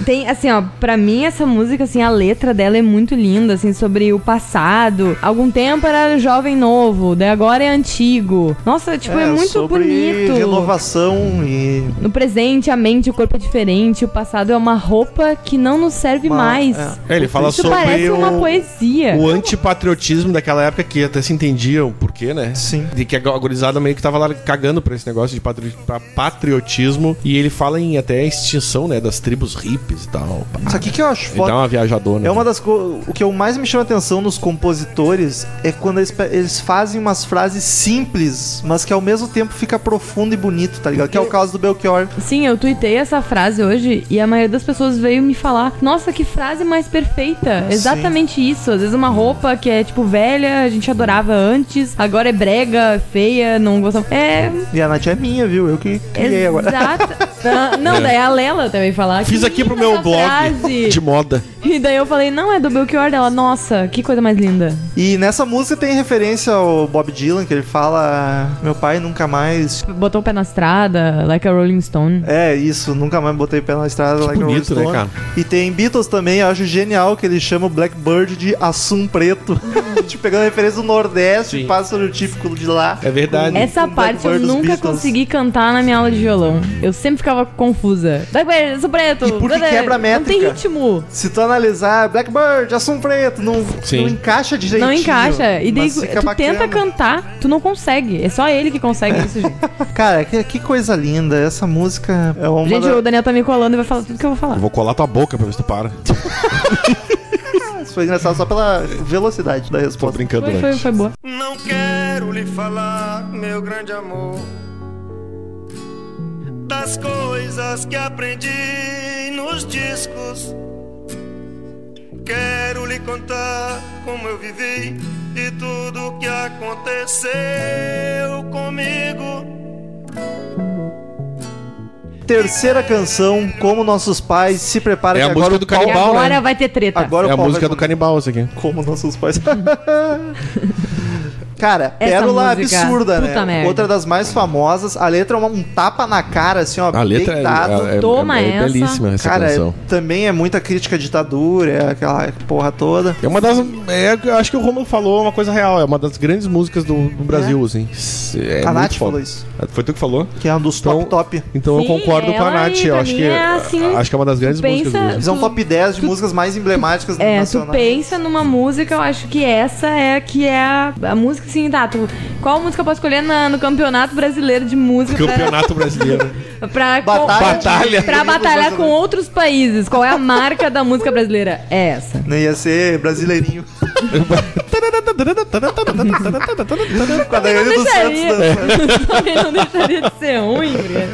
S3: Tem, assim, ó, pra mim essa música, assim, a letra dela é muito linda, assim, sobre o passado. Algum tempo era jovem novo, daí agora é antigo. Nossa, tipo, é, muito
S2: sobre
S3: bonito.
S2: renovação e...
S3: No presente, a mente, o corpo é diferente, o passado é uma roupa que não nos serve
S2: Uma-
S3: mais.
S2: é.
S4: É, ele fala
S3: Isso
S4: sobre
S3: parece uma
S4: o,
S3: poesia.
S4: o antipatriotismo daquela época que até se entendia o porquê, né?
S2: Sim.
S4: De que a gurizada meio que tava lá cagando pra esse negócio de patri- pra patriotismo. E ele fala em, até a extinção, né, das tribos hippies e tal. Pá.
S2: Sabe o que, que eu acho
S4: Ele dá
S2: foda?
S4: uma viajadona.
S2: É uma das co- o que eu mais me chama atenção nos compositores é quando eles, pe- eles fazem umas frases simples, mas que ao mesmo tempo fica profundo e bonito, tá ligado? Que é o caso do Belchior.
S3: Sim, eu tuitei essa frase hoje e a maioria das pessoas veio me falar: Nossa, que frase mais perfeita! Exatamente isso. Às vezes uma roupa que é tipo velha, a gente adorava antes, agora é brega, feia, não gostava. É.
S2: E a Nath é minha, viu? Eu que criei agora.
S3: Exata. Ah, Não, daí a Lela também falar.
S4: É. Fiz
S3: "Que
S4: aqui pro
S3: linda
S4: meu
S3: essa
S4: blog
S3: frase."
S4: de moda.
S3: E daí eu falei: Não, é do Belchior dela. Nossa, que coisa mais linda.
S2: E nessa música tem referência ao Bob Dylan, que ele fala: Meu pai nunca mais.
S3: Botou o pé na estrada, like a Rolling Stone.
S2: É, isso, nunca mais botei pé na estrada like a Rolling
S4: bonito, né,
S2: Stone.
S4: cara?
S2: E tem Beatles também, eu acho genial que ele chama o Blackbird de Assum Preto.
S3: Hum.
S2: tipo, pegando referência do Nordeste,
S4: Sim.
S2: pássaro típico de lá.
S4: É verdade.
S3: Essa
S2: Um
S3: parte eu
S2: Blackbird dos
S3: nunca
S2: Beatles.
S3: consegui cantar na minha aula de violão. Eu sempre ficava confusa. Blackbird, eu sou preto.
S2: E porque
S3: blablabla.
S2: quebra a
S3: Não tem
S2: métrica.
S3: ritmo.
S2: Se tu analisar Blackbird, Assum Preto, não,
S4: Sim.
S2: não encaixa direitinho.
S3: Não encaixa. E daí
S2: mas
S3: tu
S2: fica
S3: tenta
S2: bacana.
S3: cantar, tu não consegue. É só ele que consegue isso, gente.
S2: Cara, que, que coisa linda. Essa música é uma.
S3: gente,
S2: da-
S3: o Daniel tá me colando e vai falar tudo que eu vou falar.
S4: Eu vou colar tua boca pra ver se tu para.
S2: Ah, Isso foi engraçado só pela velocidade da
S4: Tô
S2: resposta.
S4: brincando,
S3: Foi,
S4: né?
S3: foi, foi boa.
S1: Não quero lhe falar, meu grande amor, das coisas que aprendi nos discos. Quero lhe contar como eu vivi e tudo que aconteceu comigo.
S2: Terceira canção, Como Nossos Pais se prepara
S4: É
S2: que
S4: a
S2: agora
S4: música
S2: o
S4: do
S2: pau-
S3: E
S4: Canibal,
S3: agora
S4: né?
S3: vai ter treta.
S2: Agora
S4: É
S2: o
S4: a
S2: pau
S4: música
S2: vai
S4: do canibal, isso aqui.
S2: Como nossos pais. Cara,
S3: Essa
S2: pérola
S3: música,
S2: absurda,
S3: puta
S2: né?
S3: merda.
S2: Outra das mais famosas. A letra é uma- um tapa na cara, assim, ó,
S6: A letra é,
S2: deitado.
S6: é, é,
S3: Toma
S6: é
S3: essa.
S6: belíssima essa
S2: Cara, é-
S6: canção.
S2: também é muita crítica à ditadura, é aquela porra toda.
S4: É uma das. É, eu acho que o Romulo falou uma coisa real. É uma das grandes músicas do, do Brasil, assim. É
S2: a
S4: muito
S2: Nath
S4: foda.
S2: falou isso,
S4: Foi tu que falou?
S2: que é um dos
S4: Então-
S2: top top.
S4: Então
S3: Sim,
S4: eu concordo com
S3: ela
S4: a Nath.
S3: aí,
S4: eu
S3: pra
S4: acho
S3: mim,
S4: que,
S3: é assim,
S4: acho que é uma das grandes músicas do
S3: pensa-
S4: Brasil.
S2: Eles é um
S3: Tu-
S2: top 10 de músicas mais emblemáticas
S3: É, tu
S2: nacionais.
S3: pensa numa música, eu acho que essa é a que é a, a música, assim, tá, tu, qual música eu posso escolher na- no Campeonato Brasileiro de Música pra,
S4: Campeonato brasileiro.
S3: pra,
S2: Batalha.
S4: Batalha.
S3: pra batalhar com outros países? Qual é a marca da música brasileira? É essa.
S2: Nem ia ser brasileirinho. com a Daiane É dos Santos né?
S3: deixaria.
S2: dançando.
S3: Eu não deixaria de ser ruim, Brian.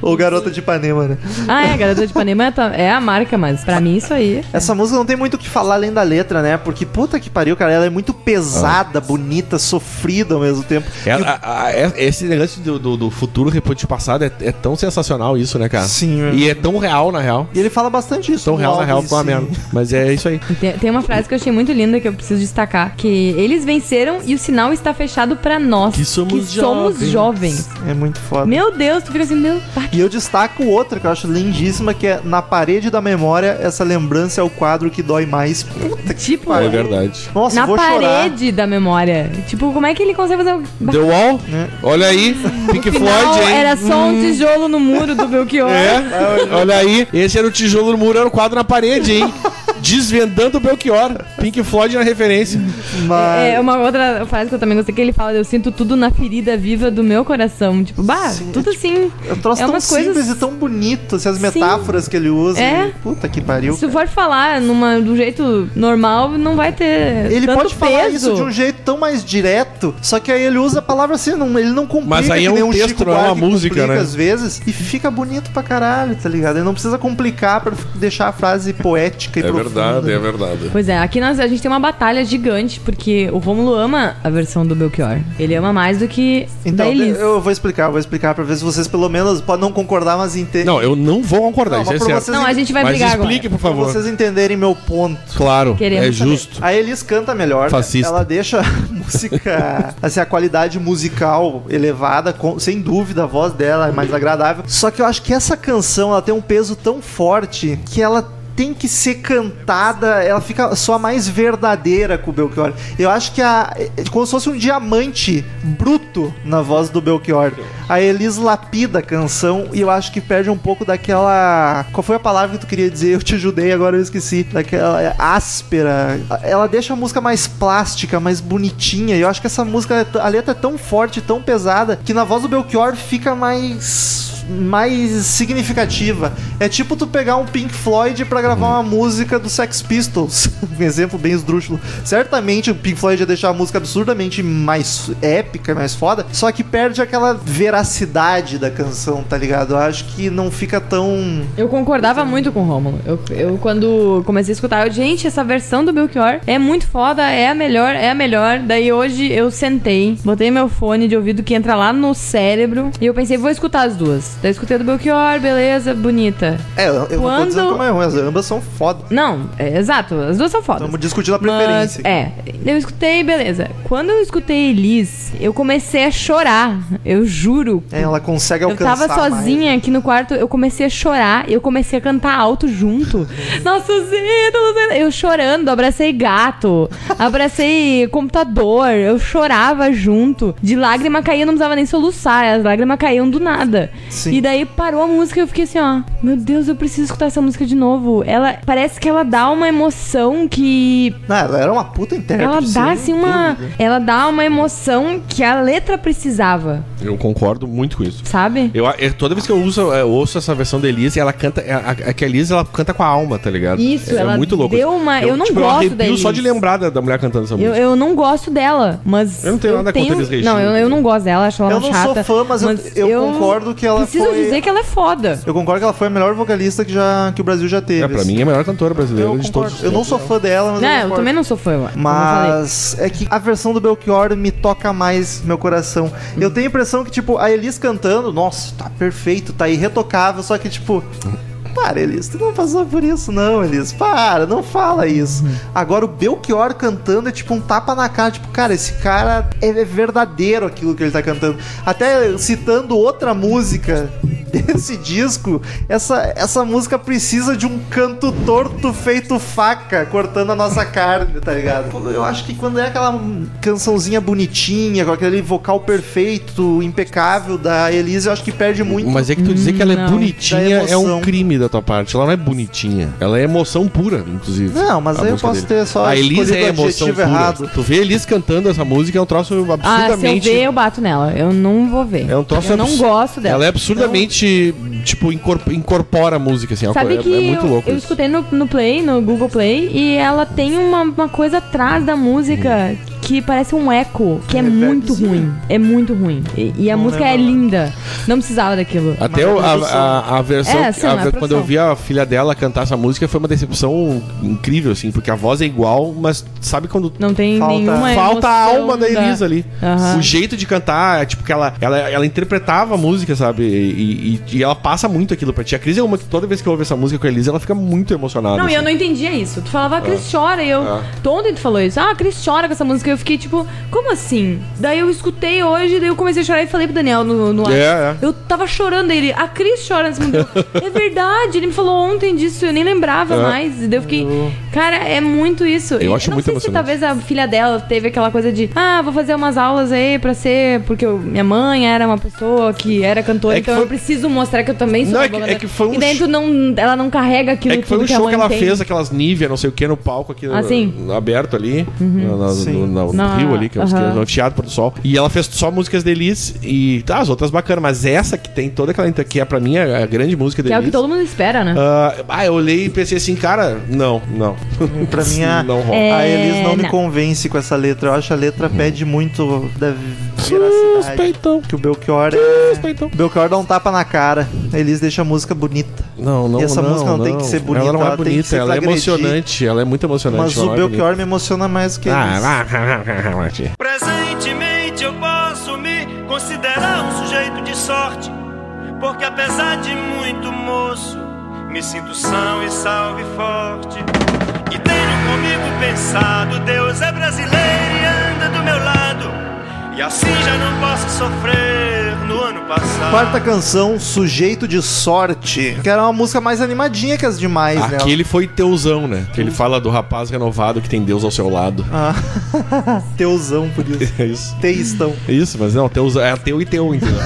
S2: Ou Garota de Ipanema, né?
S3: Ah, é, Garota de Ipanema é ta- é a marca, mas pra mim isso aí.
S2: Essa música não tem muito o que falar além da letra, né? Porque puta que pariu, cara, ela é muito pesada,
S4: Ah.
S2: bonita, sofrida ao mesmo tempo.
S4: É, a- a- é- esse negócio do, do, do futuro repetido passado é, é tão sensacional isso, né, cara?
S2: Sim, é.
S4: E é tão real, na real.
S2: E ele fala bastante isso.
S4: Tão
S2: no
S4: real, na
S2: álbum
S4: real,
S2: em
S4: ficou uma
S2: si.
S4: merda. Mas é isso aí.
S3: Tem, tem uma frase que eu achei muito linda que eu preciso destacar: que eles venceram e o sinal está fechado pra nós.
S4: Que somos
S3: somos jovens.
S2: É muito foda.
S3: Meu Deus, tu fica assim, meu. pá,
S2: E eu destaco outra que eu acho lindíssima, que é Na Parede da Memória, essa lembrança é o quadro que dói mais. Puta que
S3: Tipo,
S6: É
S2: pariu.
S6: verdade.
S2: Nossa,
S3: na
S2: vou chorar.
S3: parede da memória. Tipo, como é que ele consegue fazer. o-
S4: The Wall,
S2: É.
S4: olha aí. Pink
S3: Afinal,
S4: Floyd, hein? Hum.
S3: era só um tijolo no muro do Belchior.
S4: É, olha aí. Esse era o tijolo no muro, era o quadro na parede, hein? Desvendando o Belchior. Pink Floyd na referência.
S2: Mas...
S3: É uma outra frase que eu também gostei que ele fala: Eu sinto tudo na ferida viva do meu coração. Tipo, bah,
S2: Sim,
S3: tudo assim.
S2: É um troço
S3: É
S2: tão
S3: umas
S2: simples
S3: coisas-
S2: e tão bonito, assim, as
S3: Sim.
S2: metáforas que ele usa.
S3: É.
S2: Puta que pariu.
S3: Se tu for falar numa, do jeito normal, não vai ter.
S2: Ele
S3: tanto
S2: pode falar
S3: peso.
S2: isso de um jeito tão mais direto, só que aí ele usa a palavra assim, não, ele não complica
S4: Mas aí é
S2: que nem
S4: um texto,
S2: Chico
S4: não é uma
S2: Buarque
S4: música,
S2: complica
S4: né?
S2: às vezes, e fica bonito pra caralho, tá ligado? Ele não precisa complicar pra deixar a frase poética e
S6: É
S2: profunda.
S6: verdade, é verdade.
S3: Pois é, aqui nós, a gente tem uma batalha gigante, porque o Romulo ama a versão do Belchior. Ele ama mais do que
S2: Então,
S3: da Elis.
S2: eu vou explicar, eu vou explicar pra ver se vocês pelo menos podem não concordar, mas entender.
S4: Não, eu não vou concordar,
S2: Não,
S4: isso é
S2: mas pra
S4: certo.
S2: vocês-
S3: Não, a gente vai
S4: Mas
S3: brigar
S4: explique,
S3: agora.
S4: por favor.
S2: Pra vocês entenderem meu ponto.
S4: Claro,
S3: Queremos
S4: é
S3: saber.
S4: justo.
S2: A Elis canta melhor. né?
S4: Fascista.
S2: Ela deixa a música. assim, a qualidade musical elevada, com- sem dúvida, a voz dela é mais agradável. Só que eu acho que essa canção ela tem um peso tão forte que ela. Tem que ser cantada, ela fica só mais verdadeira com o Belchior. Eu acho que a. É como se fosse um diamante bruto na voz do Belchior. A Elis lapida a canção e eu acho que perde um pouco daquela. Qual foi a palavra que tu queria dizer? Eu te ajudei, agora eu esqueci. Daquela é, áspera. Ela deixa a música mais plástica, mais bonitinha. E eu acho que essa música, a letra é tão forte, tão pesada, que na voz do Belchior fica mais. mais significativa. É tipo tu pegar um Pink Floyd pra gravar uma música do Sex Pistols. um exemplo bem esdrúxulo. Certamente o Pink Floyd ia deixar a música absurdamente mais épica, mais foda, só que perde aquela veracidade da canção, tá ligado? Eu acho que não fica tão
S3: Eu concordava muito com o Rômulo. Eu, eu, quando comecei a escutar, eu, gente, essa versão do Belchior é muito foda, é a melhor, é a melhor. Daí hoje eu sentei, botei meu fone de ouvido que entra lá no cérebro e eu pensei, vou escutar as duas. Daí eu escutei do Belchior, beleza, bonita.
S2: É, eu eu não tô
S3: Quando-
S2: dizendo que é uma ruim, as ambas são foda.
S3: Não, é, exato, as duas são fodas.
S2: Estamos discutindo a
S3: Mas,
S2: preferência.
S3: é, eu escutei, beleza. Quando eu escutei Elis, eu comecei a chorar. Eu juro,
S2: É, Ela consegue
S3: eu
S2: alcançar né?
S3: tava sozinha aqui no quarto, eu comecei a chorar, eu comecei a cantar alto junto. Nossos ídolos! Eu chorando, abracei gato, abracei computador, eu chorava junto. De lágrima caía, eu não precisava nem soluçar, as lágrimas caíam do nada.
S2: Sim.
S3: E daí parou a música e eu fiquei assim, ó, meu Deus, eu preciso escutar essa música de novo. Ela parece que ela dá uma emoção que
S2: Mais. Não, ela era uma puta intérprete.
S3: ela dá assim
S2: sem
S3: uma,
S2: É dúvida.
S3: ela dá uma emoção que a letra precisava,
S6: Eu concordo muito com isso.
S3: sabe?
S4: Eu, eu- toda vez que eu, uso, eu ouço essa versão da Elise, ela canta. A, a, é que a Elise ela canta com a alma, tá ligado?
S3: Isso,
S4: é,
S3: ela
S4: é muito louco. tipo,
S3: deu uma- eu não gosto
S4: arrepio
S3: da Elise.
S4: só de lembrar da, da mulher cantando essa
S3: Eu,
S4: música.
S3: eu não gosto dela, mas.
S4: Eu não tenho nada contra Elis Regina.
S3: Não, eu, eu não gosto dela, acho ela
S2: Eu
S3: uma
S2: não
S3: chata.
S2: sou fã, mas eu- eu concordo que ela
S3: Preciso
S2: foi-
S3: dizer que ela é foda.
S2: Eu concordo que ela foi a melhor vocalista que, já, que o Brasil já teve.
S4: É, pra
S2: assim.
S4: mim é a melhor cantora brasileira
S2: eu,
S4: de
S2: concordo.
S4: todos. os
S2: eu não
S4: tempos.
S2: sou fã dela, mas.
S3: Não,
S2: eu,
S3: eu também não sou fã, eu- como eu falei.
S2: Mas é que a versão do Belchior me toca mais meu coração.
S3: Hum.
S2: Eu tenho a impressão que, tipo, a Elis cantando, nossa, tá perfeito, tá irretocável, só que, tipo. Para, Elis, tu não passou por isso, não, Elis. Para, não fala isso.
S3: Hum.
S2: Agora, o Belchior cantando é tipo um tapa na cara. Tipo, cara, esse cara é é verdadeiro aquilo que ele tá cantando. Até citando outra música desse disco, essa, essa música precisa de um canto torto feito faca, cortando a nossa carne, tá ligado? Eu acho que quando é aquela cançãozinha bonitinha, com aquele vocal perfeito, impecável da Elise, eu acho que perde muito.
S4: Mas é que tu dizer que ela é
S3: Não.
S4: bonitinha
S2: Da
S4: é
S2: emoção.
S4: um crime da tua parte. Ela não é bonitinha. Ela é emoção pura, inclusive.
S2: Não, mas
S4: a
S2: aí eu
S4: música
S2: posso
S4: dele.
S2: ter só
S4: A Elise
S2: escolhido
S4: é
S2: o
S4: emoção
S2: adjetivo
S4: pura.
S2: errado.
S4: Tu vê a Elise cantando essa música é um troço
S3: Ah, se eu
S4: absurdamente.
S3: ver, eu bato nela. Eu não vou ver.
S4: É um troço
S3: Eu não
S4: absurdo.
S3: gosto dela.
S4: Ela é absurdamente, tipo, incorpora, incorpora a música, assim. é uma
S3: Sabe
S4: coisa-
S3: que
S4: é, é muito
S3: eu,
S4: louco
S3: eu
S4: isso.
S3: escutei no, no Play, no Google Play, e ela tem uma, uma coisa atrás da música que parece um eco, que é, muito ruim. É muito ruim. E, e a música é linda. Não precisava daquilo.
S4: Até o- a, a, a versão.
S3: É, sim,
S4: a
S3: é
S4: ver- quando
S3: produção.
S4: eu vi a filha dela cantar essa música, foi uma decepção incrível, assim, porque a voz é igual, mas sabe quando.
S3: Não tem
S2: Falta-
S3: nenhuma
S4: Falta a
S3: emoção
S4: alma da Elisa ali.
S3: Aham.
S4: O jeito de cantar, é tipo, que ela, ela, ela interpretava a música, sabe? E, e- e ela passa muito aquilo pra ti. A Cris é uma que toda vez que eu ouve essa música com a Elisa, ela fica muito emocionada.
S3: Não, e
S4: assim. Ah.
S3: eu não entendia isso. Tu falava, a Cris chora, e eu. Tu Ontem tu falou isso. Ah, a Cris chora com essa música. E eu fiquei tipo, como assim? Daí eu escutei hoje, daí eu comecei a chorar e falei pro Daniel no, no ar.
S4: É, é.
S3: Eu tava chorando, aí ele, a Cris chora nesse momento. é verdade, ele me falou ontem disso, eu nem lembrava mais. E daí eu fiquei, cara, é muito isso.
S4: É. Eu
S3: E
S4: acho
S3: não
S4: muito
S3: sei se
S4: emocionante.
S3: talvez a filha dela teve aquela coisa de, ah, vou fazer umas aulas aí pra ser. Porque eu- minha mãe era uma pessoa que era cantora,
S4: É que
S3: então
S4: foi-
S3: eu preciso mostrar que eu também sou
S4: Não,
S3: uma
S4: é que-
S3: boa
S4: é que foi um
S3: E daí
S4: cho-
S3: tu não, ela não carrega aquilo
S4: É que foi
S3: tudo
S4: um show
S3: a
S4: que ela
S3: mãe tem.
S4: fez, aquelas Nívia, não sei o que, no palco aqui, no-
S3: Assim?
S4: aberto ali, no- no,
S2: Sim.
S4: no- no- no
S3: Na-
S4: Rio ali, que é o
S3: aham.
S4: esquema, no Teatro Porto do Sol. E ela fez só músicas da Elis e tá, as outras bacanas, mas essa que tem toda aquela, inter- que é pra mim a, a grande música
S3: Que
S4: da
S3: é o que
S4: Elis.
S3: todo mundo espera, né?
S4: Ah, ah, eu olhei e pensei assim, cara, não, não.
S2: Pra mim, a,
S4: Não rola.
S2: a
S3: É,
S2: Elis não, me
S3: não.
S2: convence com essa letra. Eu acho que a letra
S4: Hum.
S2: pede muito da veracidade.
S4: Suspeitão.
S2: Que o Belchior é...
S4: Suspeitão.
S2: O Belchior dá um tapa na cara. A Elis deixa a música bonita.
S4: Não, não,
S2: E essa música não tem que ser bonita,
S4: Ela não é
S2: ela tem que
S4: bonita,
S2: ser
S4: ela é
S2: agredir.
S4: emocionante, ela é muito emocionante.
S2: Mas
S4: ela
S2: o
S4: não é
S2: Belchior me emociona mais que
S4: bonita.
S2: a
S4: Ah,
S2: Elis.
S4: lá, lá, lá, lá, lá.
S1: Presentemente eu posso me considerar um sujeito de sorte, porque apesar de muito moço, me sinto são e salve forte. E tenho comigo pensado, Deus é brasileiro e anda do meu lado. E assim já não posso sofrer no ano passado.
S2: Quarta canção, Sujeito de Sorte. Que era uma música mais animadinha que as demais, né?
S4: Aquele foi teusão, né? Que ele fala do rapaz renovado que tem Deus ao seu lado.
S2: Ah, teusão, por isso.
S4: É isso.
S2: Teistão.
S4: É Isso, mas não, teu, é teu e teu, entendeu?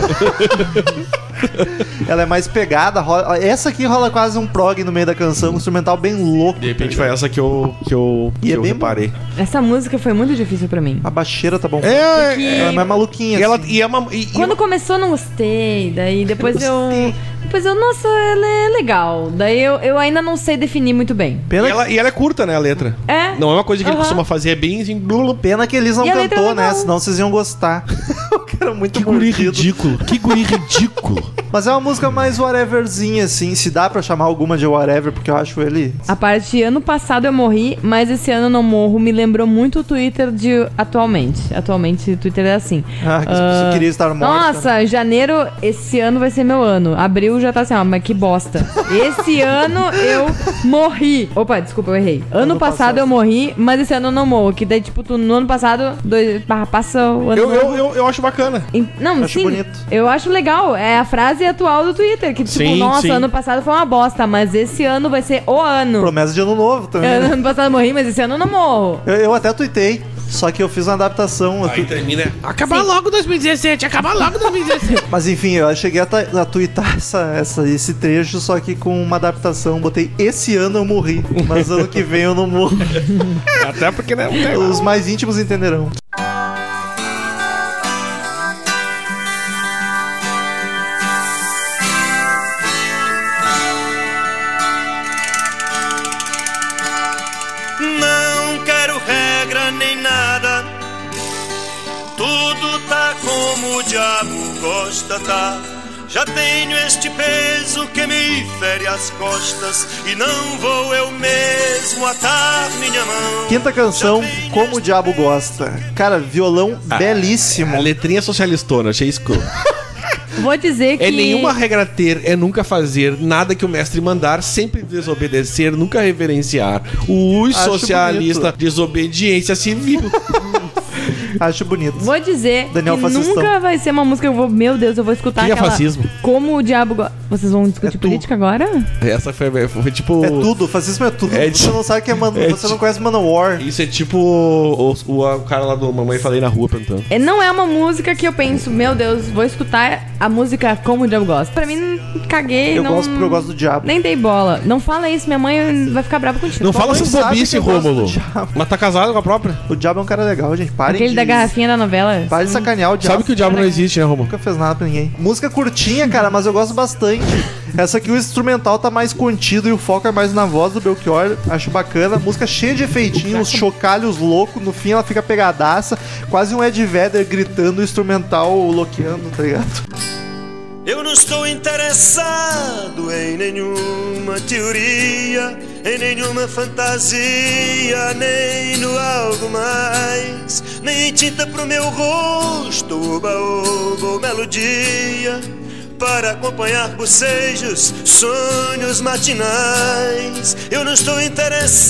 S2: Ela é mais pegada. rola- Essa aqui rola quase um prog no meio da canção, um instrumental bem louco.
S4: De repente foi essa que eu, que eu,
S2: E
S4: que
S2: é
S4: eu
S2: bem
S4: reparei.
S3: Essa música foi muito difícil pra mim.
S4: Ah,
S2: A baixeira tá bom.
S4: É,
S2: Ela é mais
S4: E,
S2: maluquinha.
S4: ela,
S2: assim.
S4: e é uma. e- e-
S3: Quando começou, eu não gostei. Daí depois eu.
S2: Gostei.
S3: Depois eu, nossa, ela é legal. Daí eu, eu ainda não sei definir muito bem.
S2: Pena,
S4: e ela, e ela é curta, né, a letra?
S3: É.
S4: Não é uma coisa que ele
S3: Aham.
S4: costuma fazer, é bem assim. blu, blu.
S2: pena que eles não
S3: E a letra é
S2: cantou, né?
S3: legal.
S2: Senão vocês iam gostar. o cara é muito
S6: Que guri
S2: mordido.
S6: ridículo. Que guri ridículo.
S2: Mas é uma música mais whateverzinha, assim. Se dá pra chamar alguma de whatever, porque eu acho ele.
S3: A parte de ano passado eu morri, mas esse ano eu não morro. Me lembrou muito o Twitter de atualmente. Atualmente o Twitter é assim.
S2: Ah, que as pessoas queriam estar mortas.
S3: Nossa, janeiro, esse ano vai ser meu ano. Abril já tá assim, ó, mas que bosta. Esse ano eu morri. Opa, desculpa, eu errei. Ano,
S2: Ano
S3: passado,
S2: passado.
S3: eu morri, mas esse ano eu não morro. Que daí, tipo, tu, no ano passado, dois, barra, passa o ano
S4: Eu, eu,
S3: novo.
S4: eu, eu acho bacana.
S3: Em- Não,
S2: Acho
S3: sim,
S2: bonito.
S3: eu acho legal. É a frase atual do Twitter, que tipo,
S4: Sim,
S3: nossa,
S4: sim.
S3: ano passado foi uma bosta, mas esse ano vai ser o ano.
S2: Promessa de ano novo também. né?
S3: Eu, ano passado eu morri, mas esse ano eu não morro.
S2: Eu, eu até tuitei, só que eu fiz uma adaptação.
S4: Ah,
S2: eu tu-
S4: termina.
S7: Acabar logo 2017, acabar logo 2017.
S2: Mas enfim, eu cheguei a, ta- a tuitar essa, essa- esse trecho, só que com uma adaptação. Botei esse ano eu morri, mas ano que vem eu não morro.
S4: Até porque, né? não tem-
S2: Os mais íntimos entenderão.
S1: Não quero regra nem nada. Tudo tá como o diabo gosta, tá? Já tenho este peso que me fere as costas e não vou eu mesmo atar minha mão.
S2: Quinta canção,
S1: Já tenho
S2: Como o Diabo Gosta. Cara, violão
S4: Ah.
S2: belíssimo.
S4: A letrinha socialistona, achei escuro.
S3: Vou dizer que.
S4: É nenhuma regra ter, é nunca fazer, nada que o mestre mandar, sempre desobedecer, nunca reverenciar. O
S2: Acho
S4: socialista,
S2: bonito.
S4: desobediência civil.
S2: Acho bonito.
S3: Vou dizer
S2: Daniel
S3: que
S2: Fascistão.
S3: nunca vai ser uma música que eu vou. Meu Deus, eu vou escutar
S4: Que que é
S3: aquela.
S4: fascismo?
S3: Como o diabo. go- Vocês vão discutir
S2: É tu.
S3: política agora?
S4: Essa foi, foi tipo.
S2: É tudo, fascismo é tudo. você
S4: É de-
S2: não sabe o que é Mano.
S4: é
S2: você
S4: de-
S2: não conhece Manowar.
S4: Isso é tipo o, o- o- o cara lá do Mamãe Falei na Rua perguntando.
S3: É, Não é uma música que eu penso, meu Deus, vou escutar a música como o diabo gosta. Pra mim, caguei.
S2: Eu
S3: não...
S2: gosto porque eu gosto do diabo.
S3: Nem dei bola. Não fala isso, minha mãe vai ficar brava contigo.
S4: Não
S2: Tua
S4: fala
S2: mãe
S4: essas
S2: sabe que
S4: bobices,
S2: eu gosto do
S4: Rômulo.
S2: diabo.
S4: Mas tá casado com a própria?
S2: O diabo é um cara legal, gente. Pare
S3: Aquele
S2: de...
S3: da garrafinha da novela.
S2: Pare de sacanear o diabo.
S4: Sabe que o
S3: é.
S4: diabo não existe, né, Rômulo?
S2: Nunca fez nada pra ninguém. Música curtinha, cara, mas eu gosto bastante. Essa aqui o instrumental tá mais contido e o foco é mais na voz do Belchior. Acho bacana. Música cheia de efeitinhos, uns chocalhos loucos. No fim ela fica pegadaça. Quase um Ed Vedder gritando, o instrumental loqueando, tá ligado?
S1: Eu não estou interessado em nenhuma teoria, em nenhuma fantasia, nem no algo mais, nem em tinta pro meu rosto, oba, oba ou melodia, para acompanhar bocejos, sonhos matinais. Eu não estou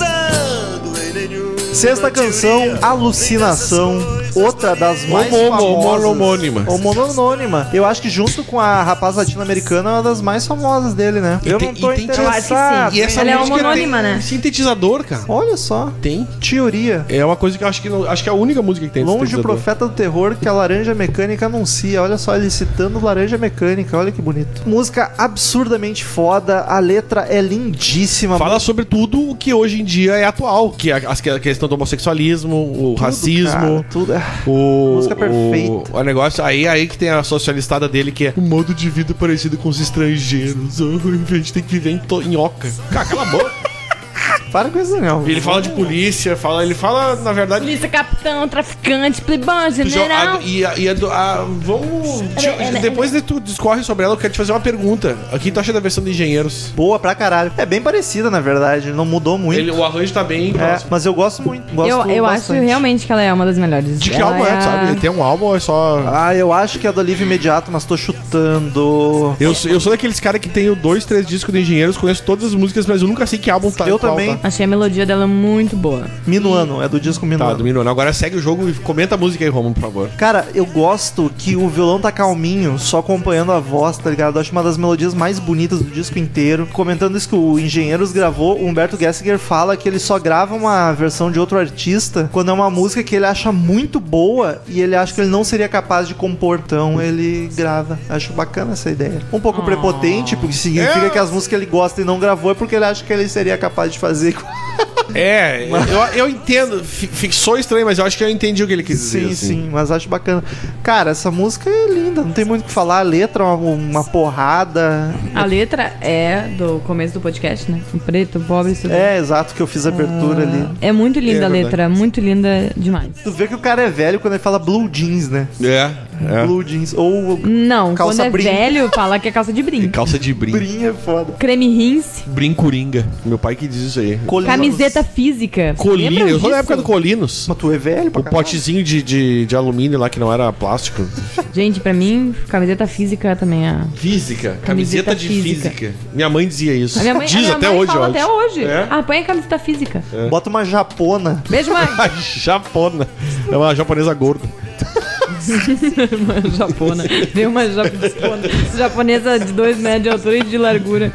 S1: interessado em nenhuma
S2: Sexta canção,
S1: teoria,
S2: Alucinação.
S1: nem nessas coisas
S2: Outra das mais
S4: Homo-
S2: famosas.
S4: homonônima.
S2: Homonônima. Eu acho que junto com a rapaz latino-americana é uma das mais famosas dele, né?
S4: E
S2: eu
S4: tem-
S2: não
S4: e
S2: tô
S4: tem- assim,
S3: Eu acho que
S2: interessado.
S3: sim. Ela é
S4: música
S3: homonônima,
S4: tem
S3: né?
S4: Sintetizador, cara.
S2: Olha só.
S4: Tem.
S2: Teoria.
S4: É uma coisa que eu acho que não, acho que é a única música que tem
S2: Longe o
S4: sintetizador.
S2: profeta do terror que a laranja mecânica anuncia. Olha só, ele citando laranja mecânica, olha que bonito. Música absurdamente foda, a letra é lindíssima.
S4: Fala sobre tudo o que hoje em dia é atual, que é a a questão do homossexualismo, o
S2: Tudo, cara,
S4: racismo,
S2: tudo. É,
S4: o
S2: Música
S4: o-
S2: perfeita.
S4: O, negócio aí aí que tem a socialistada dele que é um modo de vida parecido com os estrangeiros. Oh, a gente tem que viver em to- em oca. Cara, cala a boca.
S2: Para com isso, Daniel.
S4: ele fala de polícia, fala, ele fala na verdade
S3: Polícia, capitão, traficante, plebão,
S4: Tu jo-
S3: general.
S4: a- e a, e a do- a- vamos. ti- depois de tu discorre sobre ela, eu quero te fazer uma pergunta. O que tu acha da versão de engenheiros?
S2: Boa pra caralho. É bem parecida, na verdade, não mudou muito.
S4: Ele- o arranjo tá bem.
S2: É,
S4: próximo.
S2: mas eu gosto muito. Gosto
S3: Eu, eu acho
S2: bastante.
S3: realmente que ela é uma das melhores.
S4: De que
S3: Ela
S4: álbum é,
S3: a-
S4: sabe? Ele tem um álbum ou é só.
S2: Ah, eu acho que é do Alívio Imediato, mas tô chutando.
S4: Eu, sou- eu sou daqueles caras que tenho dois, três discos de engenheiros, conheço todas as músicas, mas eu nunca sei que álbum tá
S2: eu
S4: qual
S2: também,
S4: tá.
S3: Achei a melodia dela muito boa.
S2: Minuano, é do disco
S4: Tá,
S2: Minuano.
S4: do Minuano. Agora segue o jogo e comenta a música aí, Romulo, por favor.
S2: Cara, eu gosto que o violão tá calminho, só acompanhando a voz, tá ligado? Eu acho uma das melodias mais bonitas do disco inteiro. Comentando isso que o Engenheiros gravou, o Humberto Gessinger fala que ele só grava uma versão de outro artista quando é uma música que ele acha muito boa e ele acha que ele não seria capaz de compor. Então ele grava. Acho bacana essa ideia. Um pouco prepotente, porque significa que as músicas que ele gosta e não gravou é porque ele acha que ele seria capaz de fazer.
S4: É, eu, eu entendo. Fi- Fixou estranho, mas eu acho que eu entendi o que ele quis dizer.
S2: Sim,
S4: assim.
S2: sim, mas acho bacana. Cara, essa música é linda, não tem muito o que falar. A letra é uma, uma porrada.
S3: A letra é do começo do podcast, né? O preto, o pobre, isso
S2: É, exato, que eu fiz a abertura
S4: Ah.
S2: ali.
S3: É muito linda
S4: É
S3: a
S4: verdade.
S3: letra, muito linda demais.
S2: Tu vê que o cara é velho quando ele fala blue jeans, né?
S4: É, é.
S2: Blue jeans. Ou
S3: Não,
S2: Calça
S3: quando é
S2: brim.
S3: velho, fala que é calça de brinco.
S4: Calça de brim.
S2: brim é foda.
S3: Creme rinse,
S4: Brincuringa. Meu pai que diz isso aí.
S2: Colinos.
S3: camiseta física.
S4: Colino.
S3: Lembram
S4: Eu sou da
S3: disso?
S4: época do Colinos.
S2: Mas tu é velho pra
S4: O
S2: caralho.
S4: potezinho de, de, de alumínio lá que não era plástico.
S3: Gente, pra mim, camiseta física também é...
S4: Física.
S3: Camiseta
S4: Camiseta de física. Minha mãe dizia isso.
S3: A minha mãe, a
S4: Diz
S3: minha
S4: até
S3: mãe
S4: hoje,
S3: fala
S4: eu
S3: até
S4: acho.
S3: hoje.
S4: É.
S3: Ah, põe a camiseta física.
S2: Bota uma japona.
S3: Beijo, mãe.
S4: A japona. É uma japonesa gorda.
S3: Uma japona. Veio uma japona. japonesa de 2 metros de altura e de largura.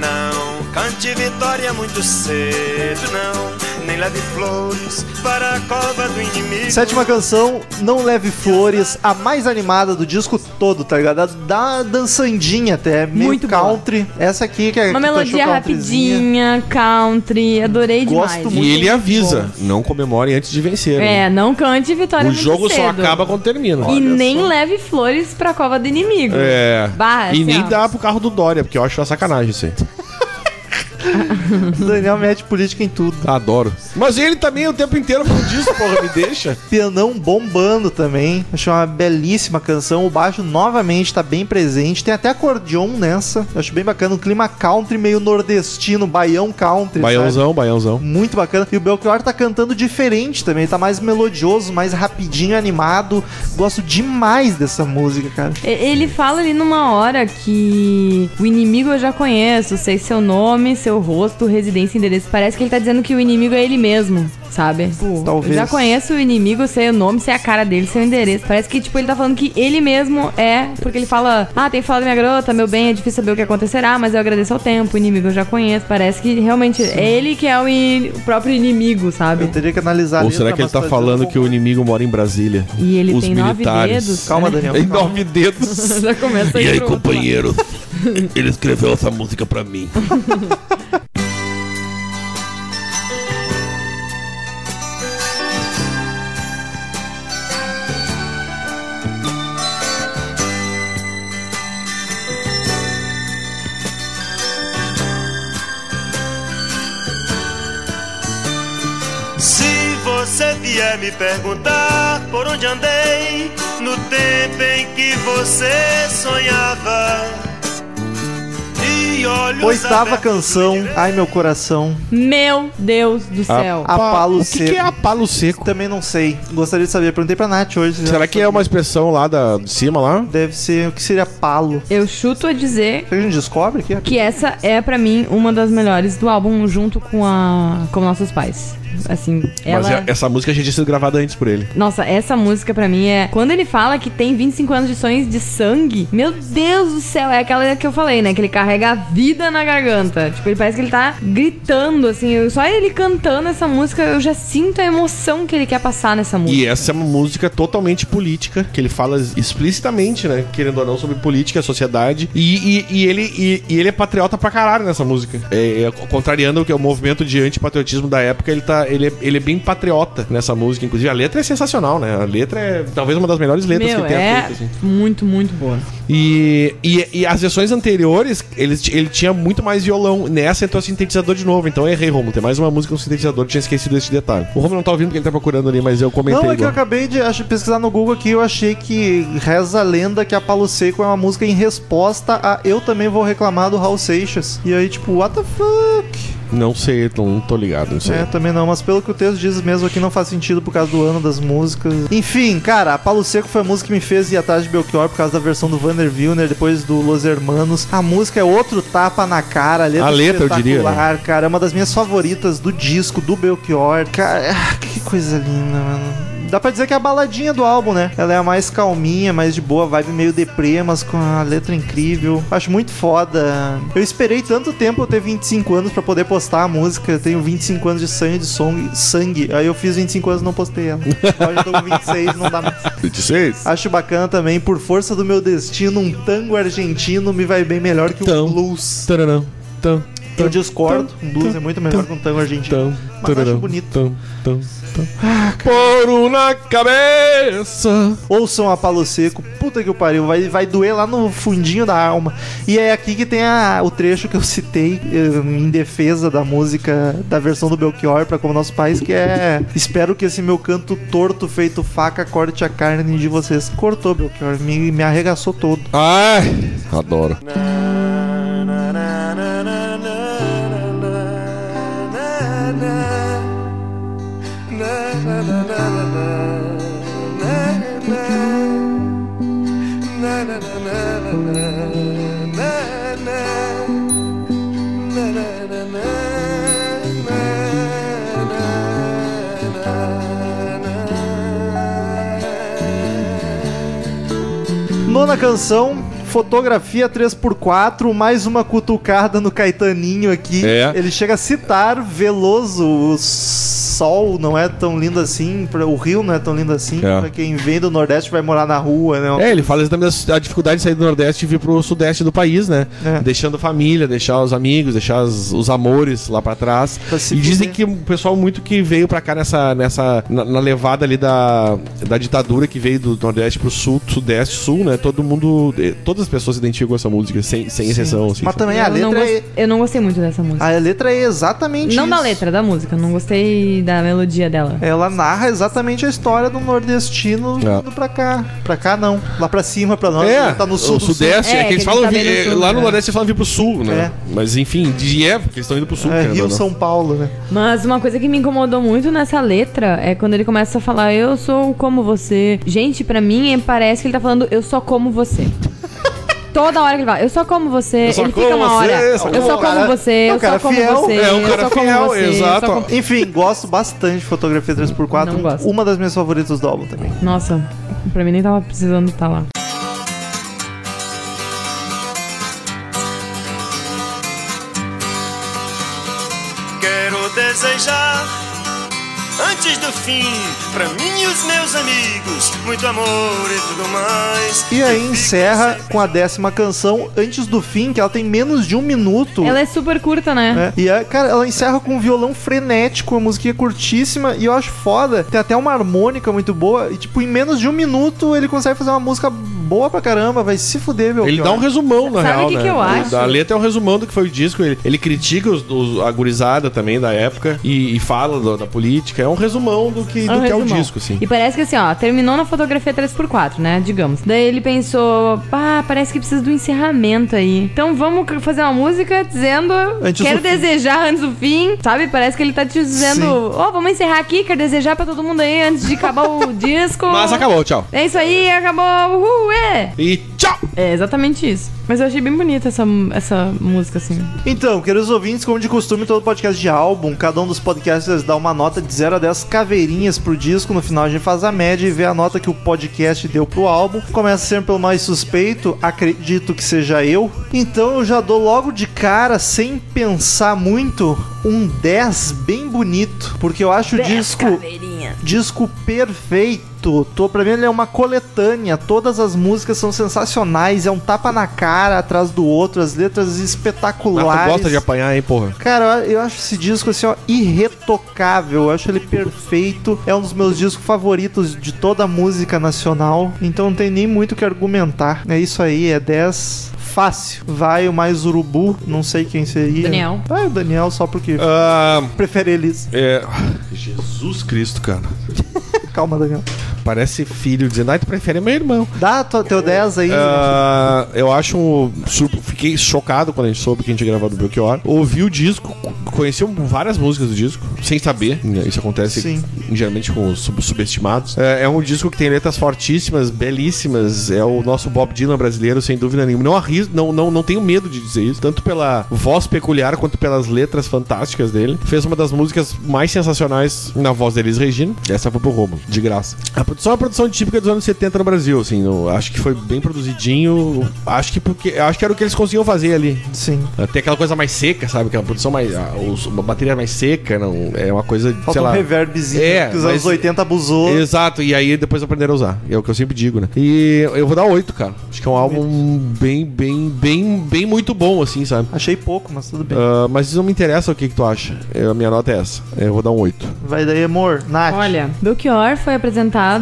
S1: Não cante vitória muito cedo, não. Nem leve flores para a cova do inimigo.
S2: Sétima canção, Não Leve Flores, a mais animada do disco todo, tá ligado? Da dançandinha até, meio
S3: Muito boa.
S2: country. Essa aqui que é
S3: Uma
S2: que tu achou
S3: melodia
S2: countryzinha.
S3: rapidinha, country. Adorei
S2: Gosto
S3: demais.
S2: muito.
S4: E ele avisa: não comemore antes de vencer. né?
S3: É, não cante vitória
S4: O
S3: muito
S4: jogo só
S3: cedo.
S4: acaba quando termina.
S3: E nem leve flores pra cova do inimigo.
S4: É.
S3: Barra,
S4: e
S3: assim,
S4: nem
S3: ó.
S4: dá pro carro do Dória, porque eu acho uma sacanagem isso aí.
S2: O Daniel mete política em tudo.
S4: Adoro. Mas ele também o tempo inteiro falando disso, porra, me deixa.
S2: Pianão bombando também. Achei uma belíssima canção. O baixo novamente tá bem presente. Tem até acordeon nessa. Eu acho bem bacana. Um clima country, meio nordestino, baião country. sabe?
S4: Baiãozão, baiãozão.
S2: Muito bacana. E o Belchior tá cantando diferente também. Ele tá mais melodioso, mais rapidinho, animado. Gosto demais dessa música, cara.
S3: E- Ele fala ali numa hora que o inimigo eu já conheço, sei seu nome, seu rosto, residência, endereço. Parece que ele tá dizendo que o inimigo é ele mesmo, sabe? Tipo,
S2: Talvez.
S3: Eu já conheço o inimigo, sei o nome, sei a cara dele, sei o endereço. Parece que, tipo, ele tá falando que ele mesmo é, porque ele fala, ah, tem falado minha garota, meu bem, é difícil saber o que acontecerá, mas eu agradeço ao tempo, o inimigo eu já conheço. Parece que realmente é ele que é o, in- o próprio inimigo, sabe?
S2: Eu teria que analisar a
S4: Ou
S2: letra,
S4: será que ele
S2: mas
S4: tá
S2: tô
S4: falando
S2: dizendo-
S4: que o inimigo mora em Brasília?
S3: E ele
S4: Os
S3: tem nove
S4: militares.
S3: dedos.
S2: Calma, Daniel.
S4: Em
S2: calma.
S4: nove dedos.
S3: Já começa a
S6: E
S3: ir
S6: aí,
S3: pro outro lado.
S6: companheiro? Ele escreveu essa música pra mim.
S1: Se você vier me perguntar por onde andei no tempo em que você sonhava. E olhos
S2: Oitava
S1: abertos
S2: canção,
S1: me direi-
S2: Ai Meu Coração,
S3: Meu Deus do
S4: Ah,
S3: céu.
S2: a palo
S4: O que, que é a palo seco?
S2: Também não sei. Gostaria de saber. Perguntei pra Nath hoje.
S4: Será que é uma expressão lá da, de cima lá?
S2: Deve ser. O que seria palo?
S3: Eu chuto a dizer
S2: Será que a gente descobre aqui?
S3: que essa é pra mim uma das melhores do álbum junto com a com nossos pais. Assim, ela
S4: Mas é- essa música já tinha sido gravada antes por ele.
S3: Nossa, essa música pra mim é quando ele fala que tem 25 anos de sonhos de sangue. Meu Deus do céu, é aquela que eu falei, né, que ele carrega a vida na garganta. Tipo, ele parece que ele tá gritando assim, eu- só ele cantando essa música, eu já sinto a emoção que ele quer passar nessa música.
S4: E essa é uma música totalmente política, que ele fala explicitamente, né? Querendo ou não, sobre política, sociedade. E, e- e ele, e, e ele é patriota pra caralho nessa música. É, é, contrariando o que é o movimento de antipatriotismo da época, ele tá tá. Ele é, ele é bem patriota nessa música, inclusive. A letra é sensacional, né? A letra é talvez uma das melhores letras
S3: Meu,
S4: que tem
S3: é
S4: a feita, assim.
S3: muito, muito boa.
S4: E, e, e as versões anteriores, ele, t- ele tinha muito mais violão. Nessa entrou sintetizador de novo. Então eu errei, Romulo. Tem mais uma música com sintetizador. Tinha esquecido esse detalhe. O Romulo não tá ouvindo porque ele tá procurando ali, mas eu comentei.
S2: Não, é que eu
S4: igual.
S2: acabei de acho, pesquisar no Google aqui, eu achei que reza a lenda que a Palo Seco é uma música em resposta a Eu Também Vou Reclamar do Raul Seixas. E aí, tipo, what the fuck?
S4: Não sei, tô- não tô ligado. Não sei.
S2: É, também não, mas pelo que o texto diz mesmo aqui não faz sentido por causa do ano das músicas. Enfim, cara, a Palo Seco foi a música que me fez ir atrás de Belchior por causa da versão do Vanner Wilner, depois do Los Hermanos. A música é outro tapa na cara, a letra,
S4: A letra, eu diria, né?
S2: espetacular, cara. É uma das minhas favoritas do disco, do Belchior. Cara, ah, que coisa linda, mano. Dá pra dizer que é a baladinha do álbum, né? Ela é a mais calminha, mais de boa, vibe meio deprê, mas com a letra incrível. Acho muito foda. Eu esperei tanto tempo eu ter 25 anos pra poder postar a música. Eu tenho 25 anos de sangue, de som, sangue. Aí eu fiz 25 anos e não postei ela. Agora eu tô com 26, não dá mais.
S4: 26?
S2: Acho bacana também, por força do meu destino, um tango argentino me vai bem melhor que um
S4: Então.
S2: blues.
S4: Taranã. Tam,
S2: Eu discordo, um blues é muito melhor que um tango argentino.
S4: tam,
S2: Mas acho
S4: taranã,
S2: bonito.
S4: tam, tam, tam. Por uma cabeça.
S2: Ouçam a Palo Seco, puta que o pariu, vai, vai doer lá no fundinho da alma. E é aqui que tem a- o trecho que eu citei eh, em defesa da música, da versão do Belchior pra Como Nossos Pais, que é Espero que esse meu canto torto feito faca corte a carne de vocês. Cortou, Belchior, me, me arregaçou todo.
S4: Ai, adoro.
S2: Nona canção, fotografia 3x4, mais uma cutucada no Caetaninho aqui.
S4: É.
S2: Ele chega a citar Veloso, o sol não é tão lindo assim, pra- o rio não é tão lindo assim,
S4: É.
S2: pra quem vem do Nordeste vai morar na rua, né?
S4: É, ele fala exatamente da da dificuldade de sair do Nordeste e vir pro Sudeste do país, né?
S2: É.
S4: Deixando a família, deixar os amigos, deixar as- os amores lá pra trás.
S2: Pra se
S4: e dizem
S2: fuder.
S4: que o pessoal muito que veio pra cá nessa, nessa na, na levada ali da, da ditadura que veio do Nordeste pro Sul, Sudeste, Sul, né? Todo mundo, eh, todas as pessoas identificam essa música, sem, sem exceção. Assim,
S2: Mas também a
S3: eu, não
S2: letra, é,
S3: gos- eu não gostei muito dessa música.
S2: a letra é exatamente
S3: não
S2: isso.
S3: da letra, da música. Não gostei da melodia dela.
S2: Ela narra exatamente a história do nordestino
S4: É.
S2: vindo pra cá. Pra cá não, lá pra cima, pra nós,
S4: É,
S2: ele tá no sul.
S4: o
S2: do sul.
S4: Sudeste,
S3: É,
S4: é, que
S3: que
S4: eles
S3: ele
S4: falam,
S3: tá
S4: vi-
S3: bem no
S4: eh,
S3: sul,
S4: lá no
S3: né?
S4: Nordeste eles falam vir pro Sul, né? Mas enfim, de é, porque eles estão indo pro Sul.
S2: É,
S4: querendo ou
S2: Rio,
S4: não.
S2: São Paulo, né?
S3: Mas uma coisa que me incomodou muito nessa letra é quando ele começa a falar eu sou como você. Gente, pra mim é- parece que ele tá falando eu só como você. Toda hora que ele fala, eu só como você,
S4: Eu só
S3: ele fica
S4: como
S3: uma
S4: você,
S3: hora.
S4: só
S3: eu
S2: como-
S3: só como
S2: Cara,
S3: você,
S2: é um
S3: eu
S2: cara
S3: só como
S2: fiel.
S3: você.
S4: É um cara
S3: eu só como
S4: fiel,
S3: você, eu
S4: exato.
S3: só como-
S2: Enfim, gosto bastante de fotografia 3x4,
S3: Não gosto.
S2: uma das minhas favoritas do álbum também.
S3: Nossa, pra mim nem tava precisando estar lá.
S1: Quero desejar, antes do fim, pra mim e os meus amigos, muito amor e tudo mais.
S2: E aí encerra com a décima canção, Antes do Fim, que ela tem menos de um minuto.
S3: Ela é super curta, né?
S2: né? E, a- cara, ela encerra com um violão frenético, uma musiquinha curtíssima, e eu acho foda. Tem até uma harmônica muito boa, e tipo, em menos de um minuto ele consegue fazer uma música boa pra caramba, vai se fuder, meu.
S4: Ele
S2: pior.
S4: dá um resumão, na
S3: Sabe
S4: real,
S3: o que
S4: né?
S3: que eu
S4: O-
S3: acho?
S4: A letra é um resumão do que foi o disco. Ele, ele critica os, os, a gurizada também da época e, e fala do- da política. É um resumão do que,
S3: É um
S4: do que é o
S3: resumão.
S4: disco, assim.
S3: E parece que assim, ó, terminou na fotografia 3x4, né? Digamos. Daí ele pensou, ah, parece que precisa do encerramento aí. Então vamos c- fazer uma música dizendo.
S2: Antes
S3: quero
S2: do fim."
S3: desejar antes do fim. Sabe? Parece que ele tá te dizendo,
S2: Sim.
S3: ó, vamos encerrar aqui, quero desejar pra todo mundo aí antes de acabar o disco.
S4: Mas acabou, tchau.
S3: É isso aí, acabou. Uhul, é.
S4: E tchau!
S3: É exatamente isso. Mas eu achei bem bonita essa, essa música, assim.
S2: Então, queridos ouvintes, como de costume, todo podcast de álbum, cada um dos podcasters dá uma nota de 0 a 10 caveirinhas pro disco. No final a gente faz a média e vê a nota que o podcast deu pro álbum. Começa sempre pelo mais suspeito, acredito que seja eu. Então eu já dou logo de cara, sem pensar muito, um 10 bem bonito, porque eu acho o disco disco perfeito. bonito. Tô, pra mim ele é uma coletânea. Todas as músicas são sensacionais. É um tapa na cara atrás do outro. As letras
S4: Mas
S2: espetaculares.
S4: tu gosta de apanhar, hein, porra?
S2: Cara, eu eu acho esse disco assim, ó, irretocável. Eu acho ele perfeito. É um dos meus discos favoritos de toda a música nacional. Então não tem nem muito o que argumentar. É isso aí, é 10. Fácil. Vai o mais urubu, não sei quem seria.
S3: Daniel.
S2: Ah, o Daniel, só porque
S4: Ah,
S2: prefere eles.
S4: é... Jesus Cristo, cara.
S2: Calma, Daniel.
S4: Parece filho dizendo, ai, tu prefere meu irmão.
S2: Dá tua- teu 10 aí.
S4: Ah, eu acho. um sur- Fiquei chocado quando a gente soube que a gente ia gravar do Belchior. Ouvi o disco, co- conheci um, várias músicas do disco, sem saber. né, Isso acontece
S2: Sim.
S4: geralmente com os sub- subestimados. É, é um disco que tem letras fortíssimas, belíssimas. É o nosso Bob Dylan brasileiro, sem dúvida nenhuma. Não, arrisco, não, não, não tenho medo de dizer isso, tanto pela voz peculiar quanto pelas letras fantásticas dele. Fez uma das músicas mais sensacionais na voz deles, Regina. Essa foi pro Romulo, de graça. A produção é uma produção típica dos anos 70 no Brasil, assim. no- acho que foi bem produzidinho. Acho que porque acho que era o que eles conseguiam fazer ali.
S2: Sim.
S4: Tem aquela coisa mais seca, sabe? Aquela produção mais. A, os- a bateria mais seca, não, é uma coisa.
S2: Falta
S4: sei
S2: um
S4: lá,
S2: reverbzinho
S4: É,
S2: que os anos
S4: mas-
S2: 80 abusou.
S4: Exato, e aí depois aprenderam a usar. É o que eu sempre digo, né? E eu vou dar oito, cara. Acho que é um álbum bem, bem, bem, bem muito bom, assim, sabe?
S2: Achei pouco, mas tudo bem.
S4: Ah, mas isso não me interessa o que, que tu acha. Eu- a minha nota é essa. Eu vou dar um oito.
S2: Vai daí, amor. Nath.
S3: Olha, Belchior foi apresentado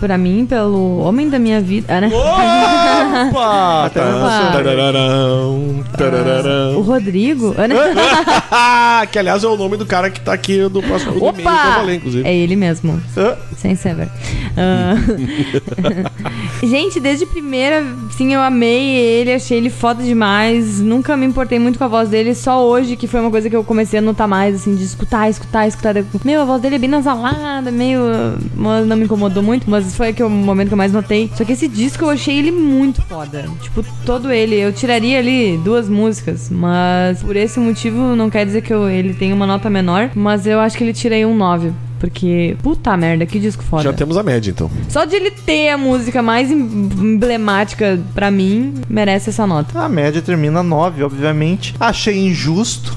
S3: pra mim pelo homem da minha vida, ah, né?
S4: Opa! Tá.
S3: Opa!
S4: Tarararão,
S3: O
S4: tarararão.
S3: Rodrigo, ah, né?
S4: que aliás é o nome do cara que tá aqui do próximo do domingo que eu
S3: Opa!
S4: falei, inclusive.
S3: É ele mesmo.
S2: Hã?
S3: Sem Sever. Ah, Gente, desde primeira, sim, eu amei ele, achei ele foda demais. Nunca me importei muito com a voz dele, só hoje que foi uma coisa que eu comecei a notar mais, assim, de escutar, escutar, escutar. Daí eu- Meu, a voz dele é bem nasalada, meio. mas Não me incomodou muito, mas foi aqui o momento que eu mais notei. Só que esse disco eu achei ele muito foda. Tipo, todo ele. Eu tiraria ali duas músicas, mas por esse motivo não quer dizer que eu- ele tem uma nota menor, mas eu acho que ele tirei um 9. Porque, puta merda, que disco foda.
S4: Já temos a média, então.
S3: Só de ele ter a música mais em- emblemática pra mim, merece essa nota.
S2: A média termina 9, obviamente. Achei injusto.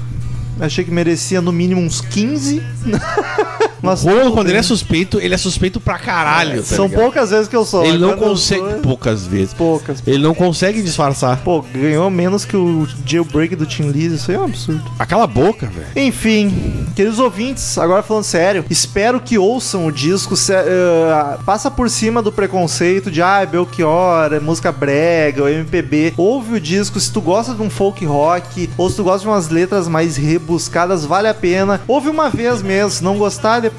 S2: Achei que merecia no mínimo uns 15. Mas
S4: Romulo, quando ele é suspeito, ele é suspeito pra caralho. tá
S2: São
S4: ligado?
S2: poucas vezes que eu sou.
S4: Ele não
S2: Quando eu
S4: consegue.
S2: sou,
S4: Poucas vezes.
S2: Poucas.
S4: Ele não consegue disfarçar.
S2: Pô, ganhou menos que o jailbreak do Team Liz. Isso aí é um absurdo.
S4: Aquela boca, velho.
S2: Enfim, queridos ouvintes, agora falando sério, espero que ouçam o disco. se- eh, passa por cima do preconceito de ah, é Belchior, é música brega, ou MPB. Ouve o disco se tu gosta de um folk rock ou se tu gosta de umas letras mais rebuscadas, vale a pena. Ouve uma vez mesmo, se não gostar depois.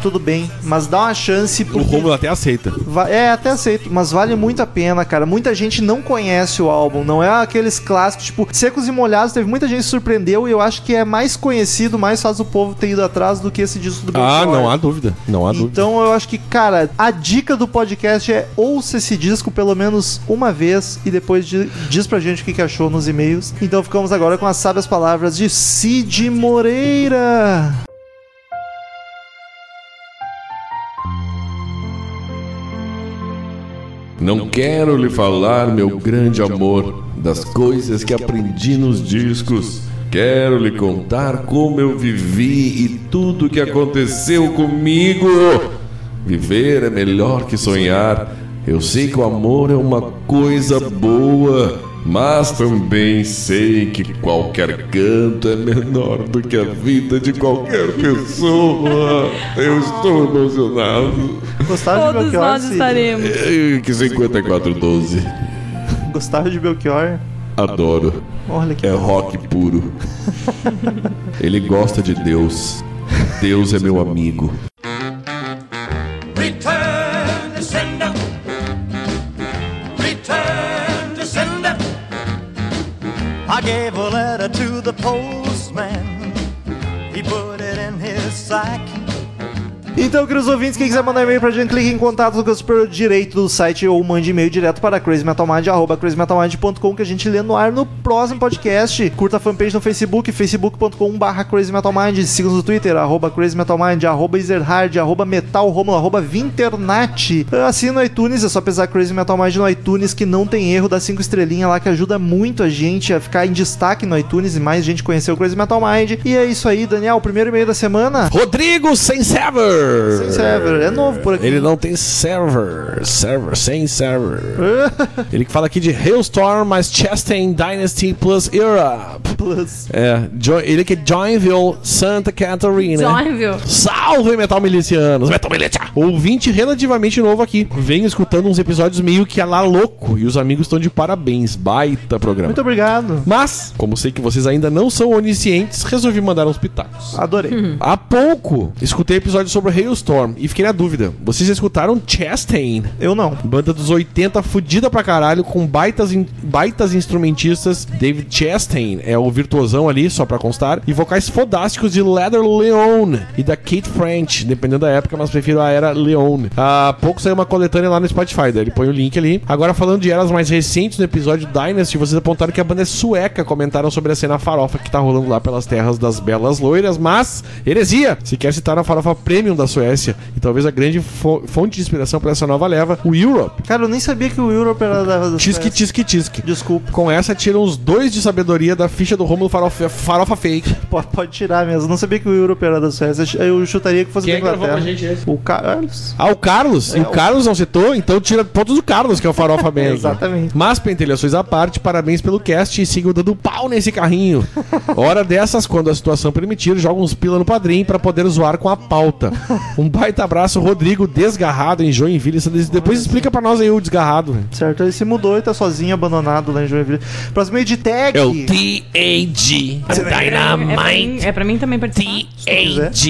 S2: Tudo bem, mas dá uma chance
S4: O
S2: porque
S4: Romulo até aceita.
S2: Va- É, até aceito, mas vale muito a pena, cara. Muita gente não conhece o álbum, não é aqueles clássicos, tipo, Secos e Molhados, teve muita gente que surpreendeu e eu acho que é mais conhecido, mais faz o povo ter ido atrás do que esse disco do
S4: Ah,
S2: Belchior.
S4: não há dúvida. Não há dúvida.
S2: Então eu acho que, cara, a dica do podcast é ouça esse disco pelo menos uma vez e depois di- diz pra gente o que, que achou nos e-mails. Então ficamos agora com as sábias palavras de Cid Moreira.
S6: Não quero lhe falar, meu grande amor, das coisas que aprendi nos discos. Quero lhe contar como eu vivi e tudo que aconteceu comigo. Viver é melhor que sonhar. Eu sei que o amor é uma coisa boa, mas também sei que qualquer canto é menor do que a vida de qualquer pessoa. Eu estou emocionado.
S2: Gostava de
S3: Todos
S2: Belchior?
S3: nós
S2: Cid?
S3: estaremos.
S6: Eh, Que 5412.
S2: Gostava de Belchior?
S6: Adoro.
S2: Olha que
S6: É rock puro. Ele gosta de Deus. Deus é meu amigo.
S1: Return to sender. Return to sender. I gave a letter to the postman. He put it in his sack.
S2: Então, queridos ouvintes, quem quiser mandar e-mail pra gente, clique em contato com o superior direito do site ou mande e-mail direto para crazymetalmind, arroba crazymetalmind.com que a gente lê no ar no próximo podcast. Curta a fanpage no Facebook, facebook.com barra crazymetalmind, siga-nos no Twitter, arroba crazymetalmind, arroba ezerhard, arroba metalromulo, arroba vinternat. Assina no iTunes, é só pesar Crazy Metal Mind no iTunes, que não tem erro, dá cinco estrelinhas lá, que ajuda muito a gente a ficar em destaque no iTunes e mais gente conhecer o Crazy Metal Mind. E é isso aí, Daniel, primeiro e-mail da semana...
S4: Rodrigo Sem Sever server. né?
S2: Sem server, é novo por aqui.
S4: Ele não tem server. Server, sem server. Ele que fala aqui de Hailstorm, mas Chastain Dynasty plus Europe.
S2: Plus.
S4: É, Jo- ele que é Joinville, Santa
S2: né?
S4: Catarina.
S3: Joinville.
S4: Salve, Metal Milicianos! Metal Militia! Ouvinte relativamente novo aqui. Venho escutando uns episódios meio que a lá louco. E os amigos estão de parabéns. Baita programa.
S2: Muito obrigado.
S4: Mas, como sei que vocês ainda não são oniscientes, resolvi mandar uns pitacos.
S2: Adorei.
S4: Há pouco, escutei episódio sobre Hailstorm e fiquei na dúvida. Vocês já escutaram Chastain?
S2: Eu não.
S4: Banda dos 80 fudida pra caralho, com baitas, in- baitas instrumentistas. David Chastain é o virtuosão ali, só pra constar. E vocais fodásticos de Leather Leone e da Kate French, dependendo da época, mas prefiro a era Leone. Há pouco saiu uma coletânea lá no Spotify, daí ele põe o link ali. Agora, falando de eras mais recentes no episódio Dynasty, vocês apontaram que a banda é sueca, comentaram sobre a cena farofa que tá rolando lá pelas terras das belas loiras, mas, heresia, se quer citar a farofa premium da Suécia, e talvez a grande fo- fonte de inspiração para essa nova leva, o Europe.
S2: Cara, eu nem sabia que o Europe era da. da
S4: Tisque, tisque, tisque.
S2: Desculpa,
S4: Com essa, tiram os dois de sabedoria da ficha do Romulo Farofa, farofa Fake.
S2: pode, pode tirar mesmo. Não sabia que o Europe era da Suécia. Eu chutaria que fosse
S4: Quem é que
S2: da
S4: gravou
S2: Inglaterra.
S4: pra gente esse?
S2: O Carlos.
S4: Ah, o Carlos? e o Carlos não citou, então tira pontos do Carlos, que é o Farofa Bang.
S2: Exatamente.
S4: Mas, pentelhações à parte, parabéns pelo cast e sigam dando pau nesse carrinho. Hora dessas, quando a situação permitir, joga uns pila no padrinho pra poder zoar com a pauta. Um baita abraço, Rodrigo, desgarrado em Joinville. Depois explica pra nós aí o desgarrado. velho.
S2: Certo? Ele se mudou e tá sozinho, abandonado lá em Joinville. Próximo é de tag.
S4: T.A.G.
S3: É pra mim, é pra mim também participar.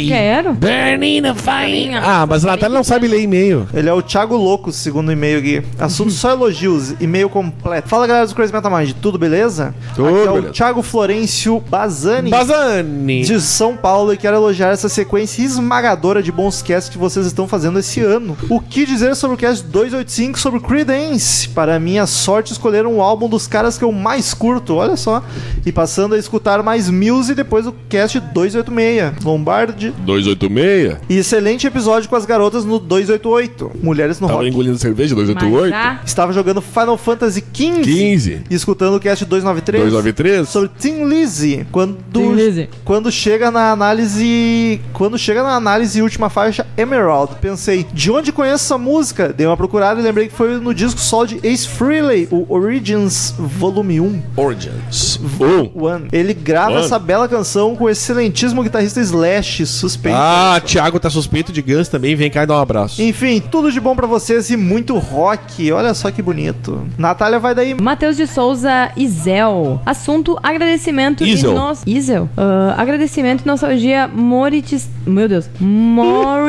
S3: Quero.
S4: Bernina Farinha. Ah, mas a Natália não sabe ler e-mail.
S2: Ele é o Thiago Louco, segundo o e-mail aqui. Assunto só elogios, e-mail completo. Fala galera do Crazy Metal Mind, tudo beleza?
S4: Tudo
S2: aqui é o
S4: beleza.
S2: Thiago Florencio Bazani.
S4: Bazani.
S2: De São Paulo e quero elogiar essa sequência esmagadora de bons casts que vocês estão fazendo esse ano. O que dizer sobre o cast 285 sobre Creedence? Para minha sorte, escolheram o álbum dos caras que eu mais curto, olha só. E passando a escutar mais Muse depois do cast 286. Lombardi.
S6: 286?
S2: E excelente episódio com as garotas no 288. Mulheres no
S6: Tava
S2: Rock.
S6: engolindo cerveja,
S3: Mas ah,
S6: 288?
S3: dá.
S2: Estava jogando Final Fantasy XV.
S6: 15.
S2: E escutando o cast 293.
S6: 293?
S2: Sobre Tim Lizzy. Quando,
S3: Tim Lizzy.
S2: quando chega na análise. Quando chega na análise última faixa Emerald, pensei, de onde conheço essa música? Dei uma procurada e lembrei que foi no disco solo de Ace Frehley, o Origins Volume 1.
S4: Origins.
S6: Um.
S2: One. Ele grava
S6: One.
S2: essa bela canção com o excelentíssimo guitarrista Slash, suspeito.
S4: Ah, Thiago tá suspeito de Guns também. Vem cá e dá um abraço.
S2: Enfim, tudo de bom pra vocês e muito rock. Olha só que bonito. Natália vai daí.
S3: Matheus de Souza Isel. Assunto: agradecimento
S4: Isel.
S3: e nos... Isel. Ah, agradecimento e nostalgia Moritis. Meu Deus.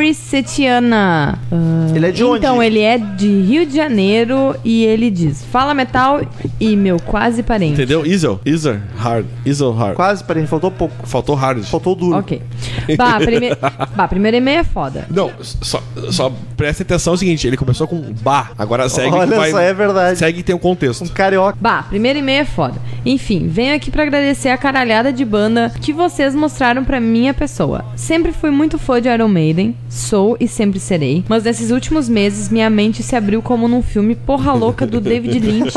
S3: Morissetiana. Ah,
S2: Ele é de onde?
S3: Então, ele é de Rio de Janeiro e ele diz: Fala metal e meu quase parente.
S4: Entendeu? Isel. Isel. Hard. Isel hard.
S2: Quase, peraí, faltou pouco.
S4: Faltou hard.
S2: Faltou duro.
S3: Ok. Bah, prime... bah, primeiro e-mail é foda.
S4: Não, só, só presta atenção no seguinte, ele começou com bar, agora segue que
S2: Olha
S4: vai-
S2: só, é verdade.
S4: segue e tem um contexto.
S2: Um carioca.
S3: Bah, primeiro e-mail é foda. Enfim, venho aqui pra agradecer a caralhada de banda que vocês mostraram pra minha pessoa. Sempre fui muito fã de Iron Maiden, sou e sempre serei, mas nesses últimos meses minha mente se abriu como num filme porra louca do David Lynch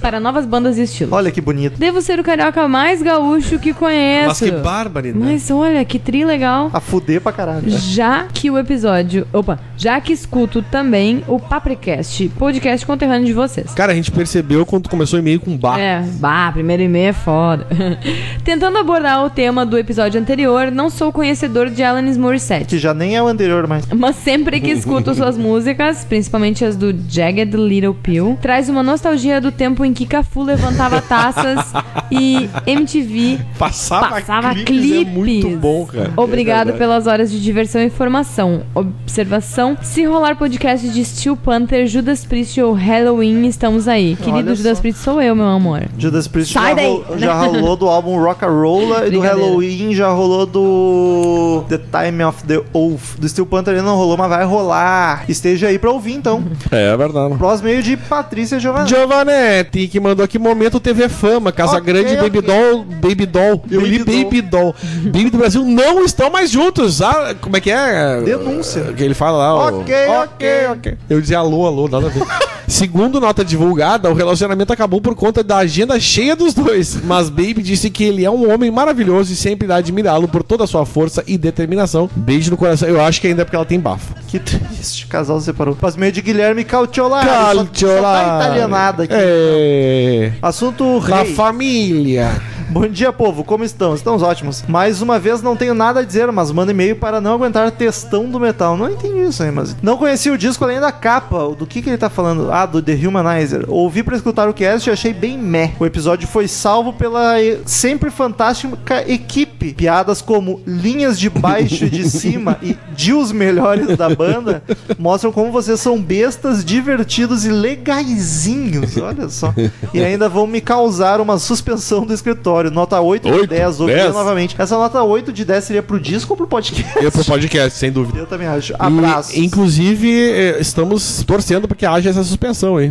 S3: para novas bandas e estilos.
S2: Olha que bonito.
S3: Devo ser o carioca mais gaúcho que conheço.
S4: Mas que bárbaro, né?
S3: Mas olha, que tri legal.
S2: A fuder pra caralho.
S3: Já que o episódio. Opa, já que escuto também o Papricast, podcast conterrâneo de vocês.
S4: Cara, a gente percebeu quando começou o e-mail com bar.
S3: É, bah, primeiro e meia é foda. Tentando abordar o tema do episódio anterior, não sou conhecedor de Alanis Morissette.
S2: Que já nem é o anterior, mas.
S3: Mas sempre que escuto suas músicas, principalmente as do Jagged Little Pill, traz uma nostalgia do tempo em que Cafu levantava taças e MTV
S4: Passava,
S3: passava clipes.
S4: É muito bom, cara.
S3: Obrigado pelas horas de diversão e informação. Observação: se rolar podcast de Steel Panther, Judas Priest ou Halloween, estamos aí. Querido
S2: Olha
S3: Judas
S2: só.
S3: Priest sou eu, meu amor.
S2: Judas Priest já,
S3: Sai daí. né?
S2: ro- já rolou do álbum Rock and Roll e do
S3: Brincadeira.
S2: Halloween já rolou do The Time of the Wolf. Do Steel Panther ele não rolou, mas vai rolar. Esteja aí pra ouvir então.
S4: É verdade.
S2: Próximo meio de Patrícia Giovanni.
S4: Giovanetti, que mandou aqui Momento TV Fama, Casa
S2: Ok,
S4: Grande,
S2: ok.
S4: Baby Doll, Baby Doll. Eu li
S2: Baby
S4: Baby Doll. Baby do Brasil não estão mais juntos. Ah, como é que é?
S2: Denúncia.
S4: Que ele fala lá. o-
S2: Ok, ok, ok.
S4: Eu dizia alô, alô, nada a ver. Segundo nota divulgada, o relacionamento acabou por conta da agenda cheia dos dois. Mas Baby disse que ele é um homem maravilhoso e sempre irá admirá-lo por toda a sua força e combinação. Beijo no coração. Eu acho que ainda é porque ela tem bafo.
S2: Que triste, o casal se separou. Faz meio de Guilherme Calciolari. Ah, Só, só tá
S4: Calciola.
S2: italianada aqui.
S4: É.
S2: Assunto
S4: Da
S2: rei.
S4: família.
S2: Bom dia, povo. Como estão? Estamos ótimos. Mais uma vez, não tenho nada a dizer, mas manda e-mail para não aguentar textão do metal. Não entendi isso aí, mas... Não conheci o disco além da capa. Do que que ele tá falando? Ah, do The Humanizer. Ouvi pra escutar o cast e achei bem meh. O episódio foi salvo pela e- sempre fantástica equipe. Piadas como linhas de baixo e de cima e de os melhores da banda mostram como vocês são bestas, divertidos e legaizinhos. Olha só. E ainda vão me causar uma suspensão do escritório. Nota 8, de
S6: Oito,
S2: 10, ouvi
S6: dez.
S2: novamente. Essa nota 8 de 10 seria pro disco ou pro podcast?
S4: Eu pro podcast, sem dúvida.
S2: Eu também acho. Abraço.
S4: E, inclusive, eh, estamos torcendo pra que haja essa suspensão aí.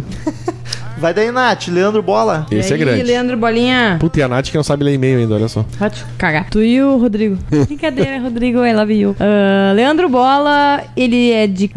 S2: Vai daí, Nath. Leandro Bola.
S6: Esse
S3: e
S6: é grande.
S3: Leandro Bolinha,
S4: Puta, e a Nath que não sabe ler e-mail ainda, olha só.
S3: vai te cagar. Tu e o Rodrigo. Brincadeira, Rodrigo, I love you. Ah, Leandro Bola, ele é de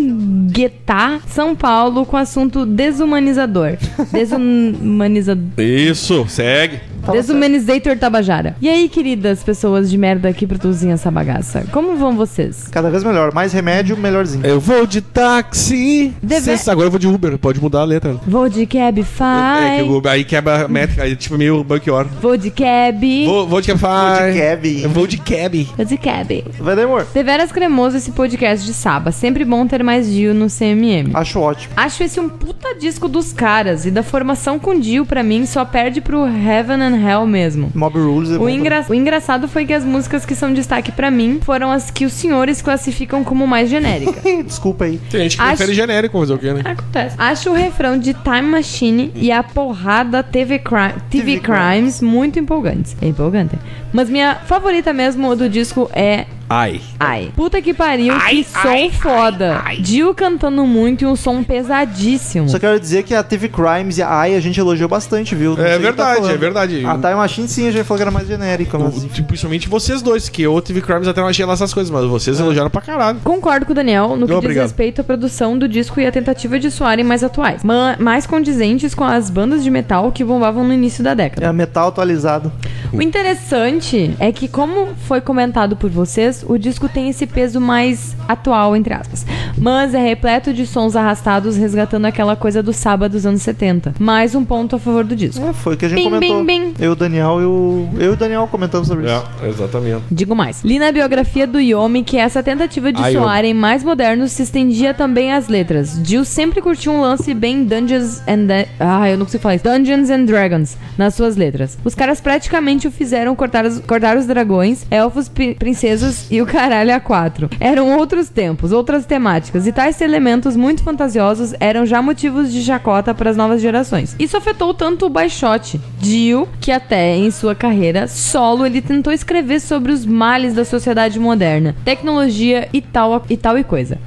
S3: Guaratinguetá, São Paulo, com assunto desumanizador. Desumanizador.
S6: Isso, segue.
S2: Fala
S3: Desumanizator Tabajara. E aí, queridas pessoas de merda que produzem essa bagaça, como vão vocês?
S2: Cada vez melhor. Mais remédio, melhorzinho.
S4: Eu vou de táxi.
S3: Deve-
S4: Cês- Agora eu vou de Uber, pode mudar a letra.
S3: Vou de cab
S4: É que o
S3: fine,
S4: Uber aí quebra a métrica, aí é tipo meio Belchior.
S3: vou de cab,
S4: Vou, vou de cab.
S2: Vou de cab.
S4: Eu vou de cab.
S3: vou de cab.
S2: Vai daí, amor.
S3: Deveras cremoso esse podcast de Saba, sempre bom ter mais Dio no CMM.
S4: Ah.
S2: Acho ótimo.
S3: Acho esse um puta disco dos caras e da formação com Dio pra mim só perde pro Heaven and Hell mesmo.
S2: Mob Rules é bom
S3: O,
S2: também.
S3: engra- o engraçado foi que as músicas que são destaque pra mim foram as que os senhores classificam como mais genéricas.
S2: Desculpa aí.
S4: Tem gente que
S3: Acho-
S4: prefere genérico fazer o quê, né?
S3: Acontece. Acho o refrão de Time Machine e a porrada TV, Cri- TV
S2: TV Crimes.
S3: Crimes muito empolgantes. É empolgante. Mas minha favorita mesmo do disco é.
S4: Ai.
S3: Ai. Puta que pariu, que som foda. Dio cantando muito e um som pesadíssimo.
S2: Só quero dizer que a TV Crimes e a AI a gente elogiou bastante, viu? Não sei
S4: É
S2: o que tá
S4: verdade,
S2: falando.
S4: é verdade.
S2: A Time Machine sim, a gente falou que era mais genérica, mas
S4: O- tipo, principalmente vocês dois, que eu tive crimes até não achei lá essas coisas, mas vocês elogiaram pra caralho.
S3: Concordo com o Daniel no que diz
S4: Obrigado.
S3: respeito à produção do disco e à tentativa de soarem mais atuais, ma- mais condizentes com as bandas de metal que bombavam no início da década.
S2: é a metal atualizado.
S3: O interessante é que, como foi comentado por vocês, o disco tem esse peso mais atual, entre aspas. Mas é repleto de sons arrastados resgatando aquela coisa do sábado dos anos 70. Mais um ponto a favor do disco.
S2: É, foi o que a gente
S3: Bim,
S2: comentou.
S3: bim, bim.
S2: Eu, o Daniel e o... Eu e o Daniel comentamos sobre isso.
S4: É, exatamente.
S3: Digo mais. Li na biografia do Yomi que essa tentativa de
S4: Ah, Yomi.
S3: soarem mais modernos se estendia também às letras. Jill sempre curtiu um lance bem Dungeons and Da- Ah, eu não consigo falar isso. Dungeons and Dragons nas suas letras. Os caras praticamente o fizeram cortar os, cortar os dragões, elfos, pi- princesas e o caralho a quatro. Eram outros tempos, outras temáticas e tais elementos muito fantasiosos eram já motivos de chacota para as novas gerações. Isso afetou tanto o baixote, Dio, que até em sua carreira solo ele tentou escrever sobre os males da sociedade moderna, tecnologia e tal e, tal e coisa.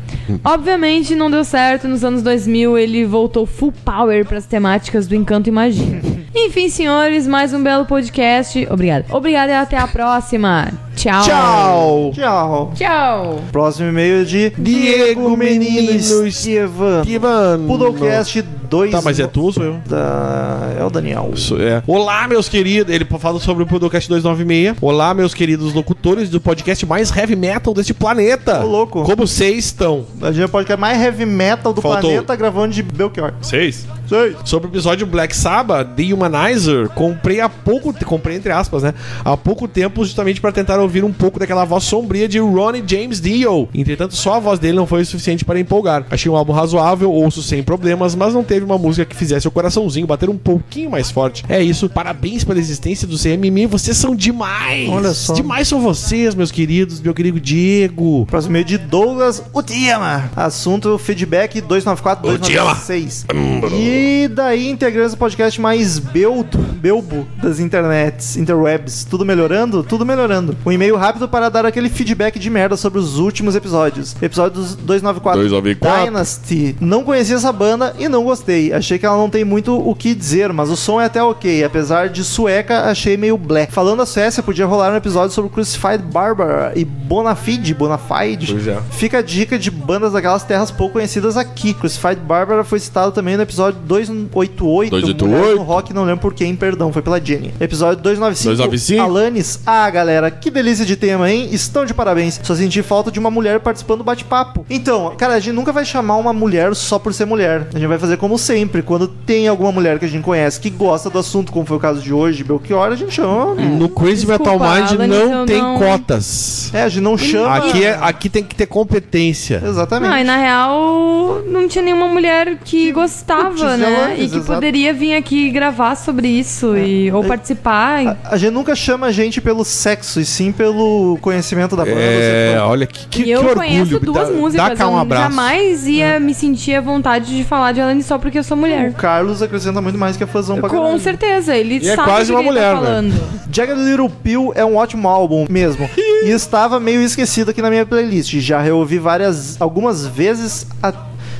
S3: Obviamente não deu certo, nos anos 2000 ele voltou full power para as temáticas do encanto e magia. Enfim, senhores, mais um belo podcast. Obrigada. Obrigada e até a próxima. Tchau.
S4: Tchau!
S2: Tchau.
S3: Tchau.
S2: Próximo e-mail é de
S4: Diego Menino
S2: Estevan.
S4: Ivan.
S2: Pudolcast 2.
S4: Tá, mas é tu ou sou eu?
S2: Da... É o Daniel.
S4: Isso, é. Olá, meus queridos. Ele fala sobre o Podcast 296. Olá, meus queridos locutores do podcast mais heavy metal deste planeta.
S2: Ô, louco.
S4: Como vocês estão?
S2: A gente pode ficar mais heavy metal do
S4: Faltou.
S2: planeta gravando de Belchior.
S6: Seis.
S2: Sei.
S4: Sobre o episódio Black Sabbath, The Humanizer, comprei há pouco, comprei entre aspas, né? Há pouco tempo, justamente para tentar ouvir um pouco daquela voz sombria de Ronnie James Dio. Entretanto, só a voz dele não foi o suficiente para empolgar. Achei um álbum razoável, ouço sem problemas, mas não teve uma música que fizesse o coraçãozinho bater um pouquinho mais forte. É isso, parabéns pela existência do CMM, vocês são demais!
S2: Olha só.
S4: Demais são vocês, meus queridos, meu querido Diego.
S2: Próximo e-mail é de Douglas Utiama. Assunto feedback 294-296.
S6: Hum,
S2: E daí, integrantes do podcast mais beldo, belbo das internets, interwebs. Tudo melhorando? Tudo melhorando. Um e-mail rápido para dar aquele feedback de merda sobre os últimos episódios. Episódio 294.
S6: 294.
S2: Tá Dynasty. Não conhecia essa banda e não gostei. Achei que ela não tem muito o que dizer, mas o som é até ok. Apesar de sueca, achei meio blé. Falando da Suécia, podia rolar um episódio sobre Crucified Barbara e Bonafide, Bonafide.
S4: Pois é.
S2: Fica a dica de bandas daquelas terras pouco conhecidas aqui. Crucified Barbara foi citado também no episódio 288.
S6: 288.
S2: Mulheres no Rock, não lembro por quem, perdão, foi pela Jenny. Episódio 295.
S6: 295.
S2: Alanis. Ah, galera, que delícia de tema, hein? Estão de parabéns. Só senti falta de uma mulher participando do bate-papo. Então, cara, a gente nunca vai chamar uma mulher só por ser mulher. A gente vai fazer como sempre. Quando tem alguma mulher que a gente conhece que gosta do assunto, como foi o caso de hoje, Belchior, a gente chama.
S4: No Crazy
S3: Desculpa,
S4: Metal Mind
S3: Alanis,
S4: não
S3: eu
S4: tem
S3: não-
S4: cotas.
S2: É, a gente não chama.
S4: Aqui, é- aqui tem que ter competência.
S2: Exatamente.
S3: Não, e na real não tinha nenhuma mulher que gostava,
S2: Putz,
S3: né?
S2: Alanis,
S3: E que
S2: exato.
S3: poderia vir aqui gravar sobre isso
S4: É.
S3: e, ou participar.
S4: Ah,
S2: A- A gente nunca chama a gente pelo sexo, e sim pelo conhecimento da banda.
S4: É,
S2: você falou.
S4: olha que, que,
S3: e eu
S4: que orgulho.
S3: conheço duas
S4: dá,
S3: músicas,
S4: Dá cá um
S3: eu
S4: abraço. É.
S3: jamais ia me sentir à vontade de falar de Alanis só porque eu sou mulher.
S2: O Carlos acrescenta muito mais que a fãzão pra
S3: Com
S2: caralho.
S3: certeza, ele
S4: é
S3: sabe
S4: quase
S3: do
S4: uma
S3: que ele
S4: mulher,
S3: tá
S4: né?
S3: falando.
S2: Jagged Little Pill é um ótimo álbum mesmo. e estava meio esquecido aqui na minha playlist. Já reouvi várias, algumas vezes. a-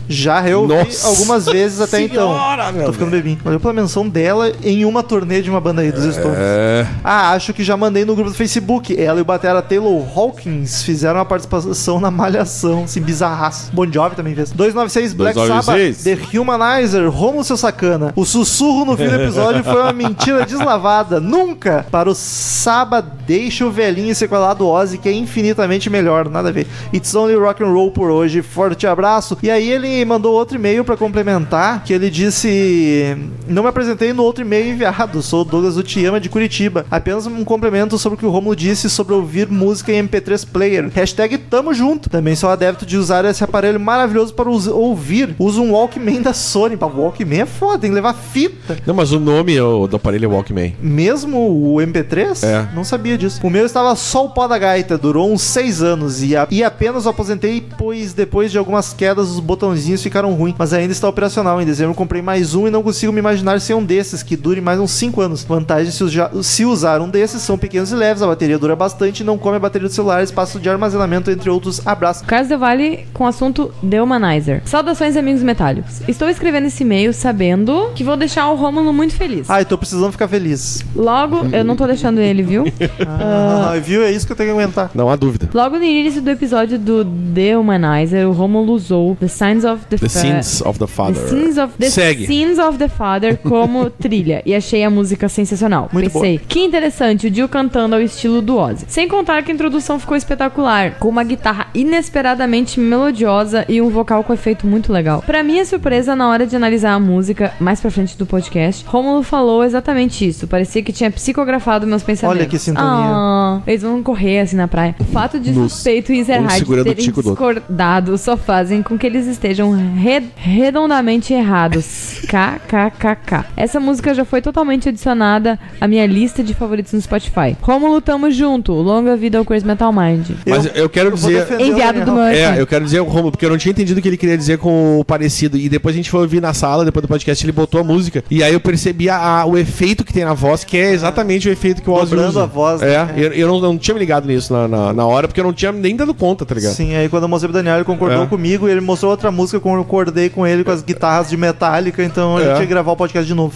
S2: já reouvi
S4: Nossa
S2: algumas vezes até
S4: Senhora,
S2: então.
S4: meu
S2: Tô ficando bebinho. Valeu pela menção dela em uma turnê de uma banda aí dos Stones.
S6: É.
S2: Ah, acho que já mandei no grupo do Facebook. Ela e o batera Taylor Hawkins fizeram a participação na Malhação. Se bizarraço. Bon Jovi também fez. 296 Black
S6: 296.
S2: Sabbath, The Humanizer, Romo Seu Sacana. O sussurro no fim do episódio foi uma mentira deslavada. Nunca! Para o Saba, deixa o velhinho sequelado Ozzy, que é infinitamente melhor. Nada a ver. It's only rock and roll por hoje. Forte abraço. E aí ele mandou outro e-mail pra complementar, que ele disse... Não me apresentei no outro e-mail enviado. Sou o Douglas Utiama de Curitiba. Apenas um complemento sobre o que o Romulo disse sobre ouvir música em MP3 player. Hashtag tamo junto. Também sou adepto de usar esse aparelho maravilhoso para us- ouvir. Uso um Walkman da Sony. Pá, Walkman é foda, tem que levar fita.
S4: Não, mas o nome ô, do aparelho é Walkman.
S2: Mesmo o MP3?
S4: É.
S2: Não sabia disso. O meu estava só o pó da gaita, durou uns seis anos e, a- e apenas o aposentei, pois depois de algumas quedas os botãozinhos ficaram ruins, mas ainda está operacional. Em dezembro comprei mais um e não consigo me imaginar sem um desses, que dure mais uns cinco anos. Vantagem se, uja- se usar um desses, são pequenos e leves, a bateria dura bastante, não come a bateria do celular, espaço de armazenamento, entre outros. Abraço.
S3: Carlos Del Valle com o assunto The Humanizer. Saudações, amigos metálicos. Estou escrevendo esse e-mail sabendo que vou deixar o Rômulo muito feliz.
S2: Ai, tô precisando ficar feliz.
S3: Logo, eu não tô deixando ele, viu?
S2: Ah, viu? É isso que eu tenho que aguentar.
S4: Não há dúvida.
S3: Logo no início do episódio do The Humanizer, o Romulo usou The Signs of the,
S4: The
S3: Fa-
S4: Sins of the
S3: É. The
S4: Father.
S3: Sins of the
S4: Segue.
S3: Sins of the Father como trilha e achei a música sensacional.
S2: Muito
S3: Pensei, que interessante o Jill cantando ao estilo do Ozzy. Sem contar que a introdução ficou espetacular, com uma guitarra inesperadamente melodiosa e um vocal com efeito muito legal. Pra minha surpresa, na hora de analisar a música, mais pra frente do podcast, Romulo falou exatamente isso. Parecia que tinha psicografado meus pensamentos.
S2: Olha que sintonia.
S3: Ah, eles vão correr assim na praia. O fato de
S4: Nos-
S3: suspeito e
S4: um
S3: Ezerhard
S4: segurando o
S3: terem
S4: tico do outro.
S3: discordado só fazem com que eles estejam re- redondamente errados. KKKK. Essa música já foi totalmente adicionada à minha lista de favoritos no Spotify. Romulo, tamo junto. Longa vida ao Crazy Metal Mind.
S4: Mas eu quero
S2: vou
S4: dizer-
S2: defender o
S3: Enviado do
S2: Daniel.
S3: meu
S4: É,
S3: iPhone.
S4: eu quero dizer o Romulo, porque eu não tinha entendido o que ele queria dizer com o parecido. E depois a gente foi ouvir na sala, depois do podcast, ele botou a música. E aí eu percebi a- a- o efeito que tem na voz, que é exatamente o efeito que o Ozzy
S2: Dobrando
S4: usa.
S2: a voz,
S4: É,
S2: né?
S4: eu, eu não, não tinha me ligado nisso na, na- na hora, porque eu não tinha nem dado conta, tá ligado?
S2: Sim, aí quando eu mostrei pro Daniel, ele concordou
S4: É.
S2: comigo e ele mostrou outra música, eu concordei com ele com as guitarras de Metallica, então a
S4: É.
S2: gente ia gravar o podcast de novo.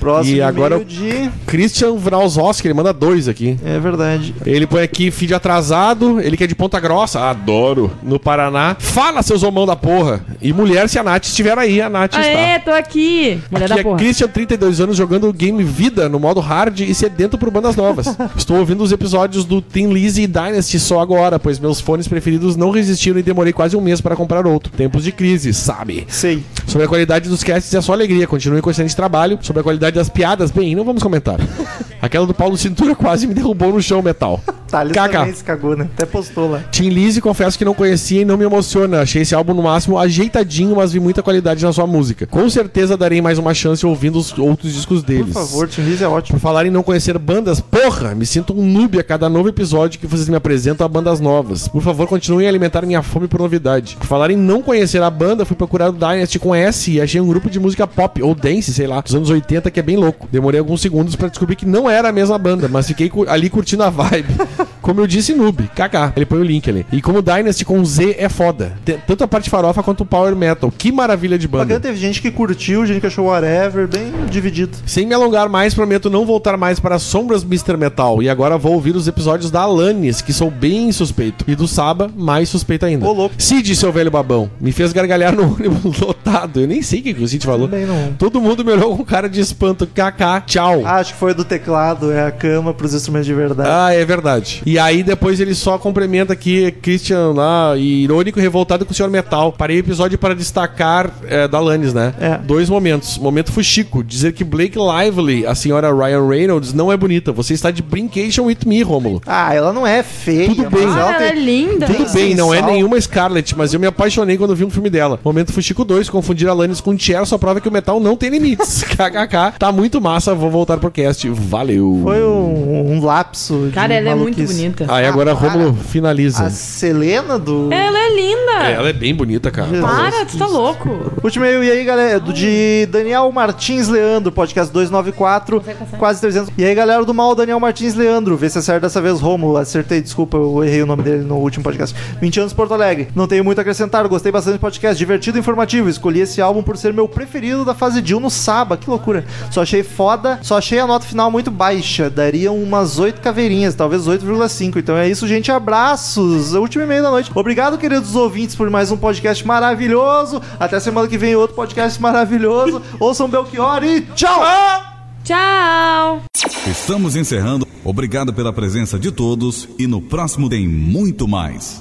S2: Próximo
S4: E agora
S2: e-mail de...
S4: Christian Vrausowski, ele manda dois aqui.
S2: É verdade.
S4: Ele põe aqui feed atrasado, ele que é de Ponta Grossa, adoro, no Paraná. Fala, seus homão da porra! E mulher, se a Nath estiver aí, a Nath está.
S3: Aê, tô aqui. Ah, é? Mulher
S4: Aqui
S3: da
S4: é
S3: porra.
S4: Christian, 32 anos, jogando o game Vida no modo hard e sedento por bandas novas. Estou ouvindo os episódios do Team Lizzy e Dynasty só agora, pois meus fones preferidos não resistiram e demorei quase um mês para comprar outro. Tempos de crise, sabe?
S2: Sei.
S4: Sobre a qualidade dos casts é só alegria, continue com excelente trabalho. Sobre a qualidade das piadas, bem, não vamos comentar. Aquela do Paulo Cintura quase me derrubou no chão, metal.
S2: Thales
S4: Kaká.
S2: também se cagou, né? Até postou lá.
S4: Tim Lizzy, confesso que não conhecia e não me emociona. Achei esse álbum no máximo ajeitadinho, mas vi muita qualidade na sua música. Com certeza darei mais uma chance ouvindo os outros discos deles.
S2: Por favor, Tim Liz é
S4: Por
S2: ótimo.
S4: falar em não conhecer bandas, porra, me sinto um noob a cada novo episódio que vocês me apresentam a bandas novas. Por favor, continuem a alimentar minha fome por novidade. Por falar em não conhecer a banda, fui procurar o Dynasty com S e achei um grupo de música pop, ou dance, sei lá, dos anos 80, que é bem louco. Demorei alguns segundos pra descobrir que não era a mesma banda, mas fiquei cu- ali curtindo a vibe. Como eu disse, noob. KK. Ele põe o link ali. E como Dynasty com Z é foda. Tem- Tanto a parte farofa quanto o Power Metal. Que maravilha de
S2: Bacana,
S4: banda.
S2: teve gente que curtiu, gente que achou whatever, bem dividido.
S4: Sem me alongar mais, prometo não voltar mais para as sombras Mr. Metal. E agora vou ouvir os episódios da Alanis, que sou bem suspeito. E do Saba, mais suspeito ainda.
S2: Ô, louco.
S4: Cid, seu velho babão, me fez gargalhar no ônibus lotado. Eu nem sei o que que o Cid falou.
S2: Também não.
S4: Todo mundo me olhou com cara de espanto. KK, tchau.
S2: Ah, acho que foi do teclado, é a cama pros instrumentos de verdade.
S4: Ah, é verdade. E aí depois ele só complementa aqui, Christian lá, e irônico e revoltado com o senhor Metal. Parei o episódio para destacar é, da Lannis, né?
S2: É.
S4: Dois momentos. Momento fuxico. Dizer que Blake Lively, a senhora Ryan Reynolds, não é bonita. Você está de brincation with me, Rômulo.
S2: Ah, ela não é feia,
S4: Tudo bem.
S2: mas
S3: Ah,
S2: ela
S3: ela é
S2: tem...
S3: linda.
S2: tem-
S4: Tudo bem, não é
S2: Sal.
S4: nenhuma Scarlett, mas eu me apaixonei quando vi um filme dela. Momento Fuxico 2, confundir a Lannis com Cher só prova que o metal não tem limites. KKK, tá muito massa, vou voltar pro cast. Valeu.
S2: Foi um, um lapso de
S3: Cara, ela é muito
S2: maluquice.
S3: bonita.
S4: Aí agora
S2: Ah, para.
S4: Rômulo finaliza.
S2: A Selena do...
S3: Ela é linda.
S4: É, ela é bem bonita, cara.
S2: Jesus.
S3: Para, tu tá louco.
S2: Último e-mail, e aí, galera? Do, de Daniel Martins Leandro, podcast 294, quase 300. E aí, galera do mal, Daniel Martins Leandro. Vê se acerta dessa vez, Romulo. Acertei, desculpa, eu errei o nome dele no último podcast. 20 anos Porto Alegre. Não tenho muito a acrescentar, gostei bastante do podcast, divertido e informativo. Escolhi esse álbum por ser meu preferido da fase Jill no Saba, que loucura. Só achei foda, só achei a nota final muito baixa. Daria umas 8 caveirinhas, talvez 8,5. Então é isso, gente. Abraços. É o Último e-mail da noite. Obrigado, queridos ouvintes, por mais um podcast maravilhoso. Até semana que vem, outro podcast maravilhoso. Ouçam Belchior e tchau!
S3: Tchau.
S8: Estamos encerrando. Obrigado pela presença de todos e no próximo tem muito mais.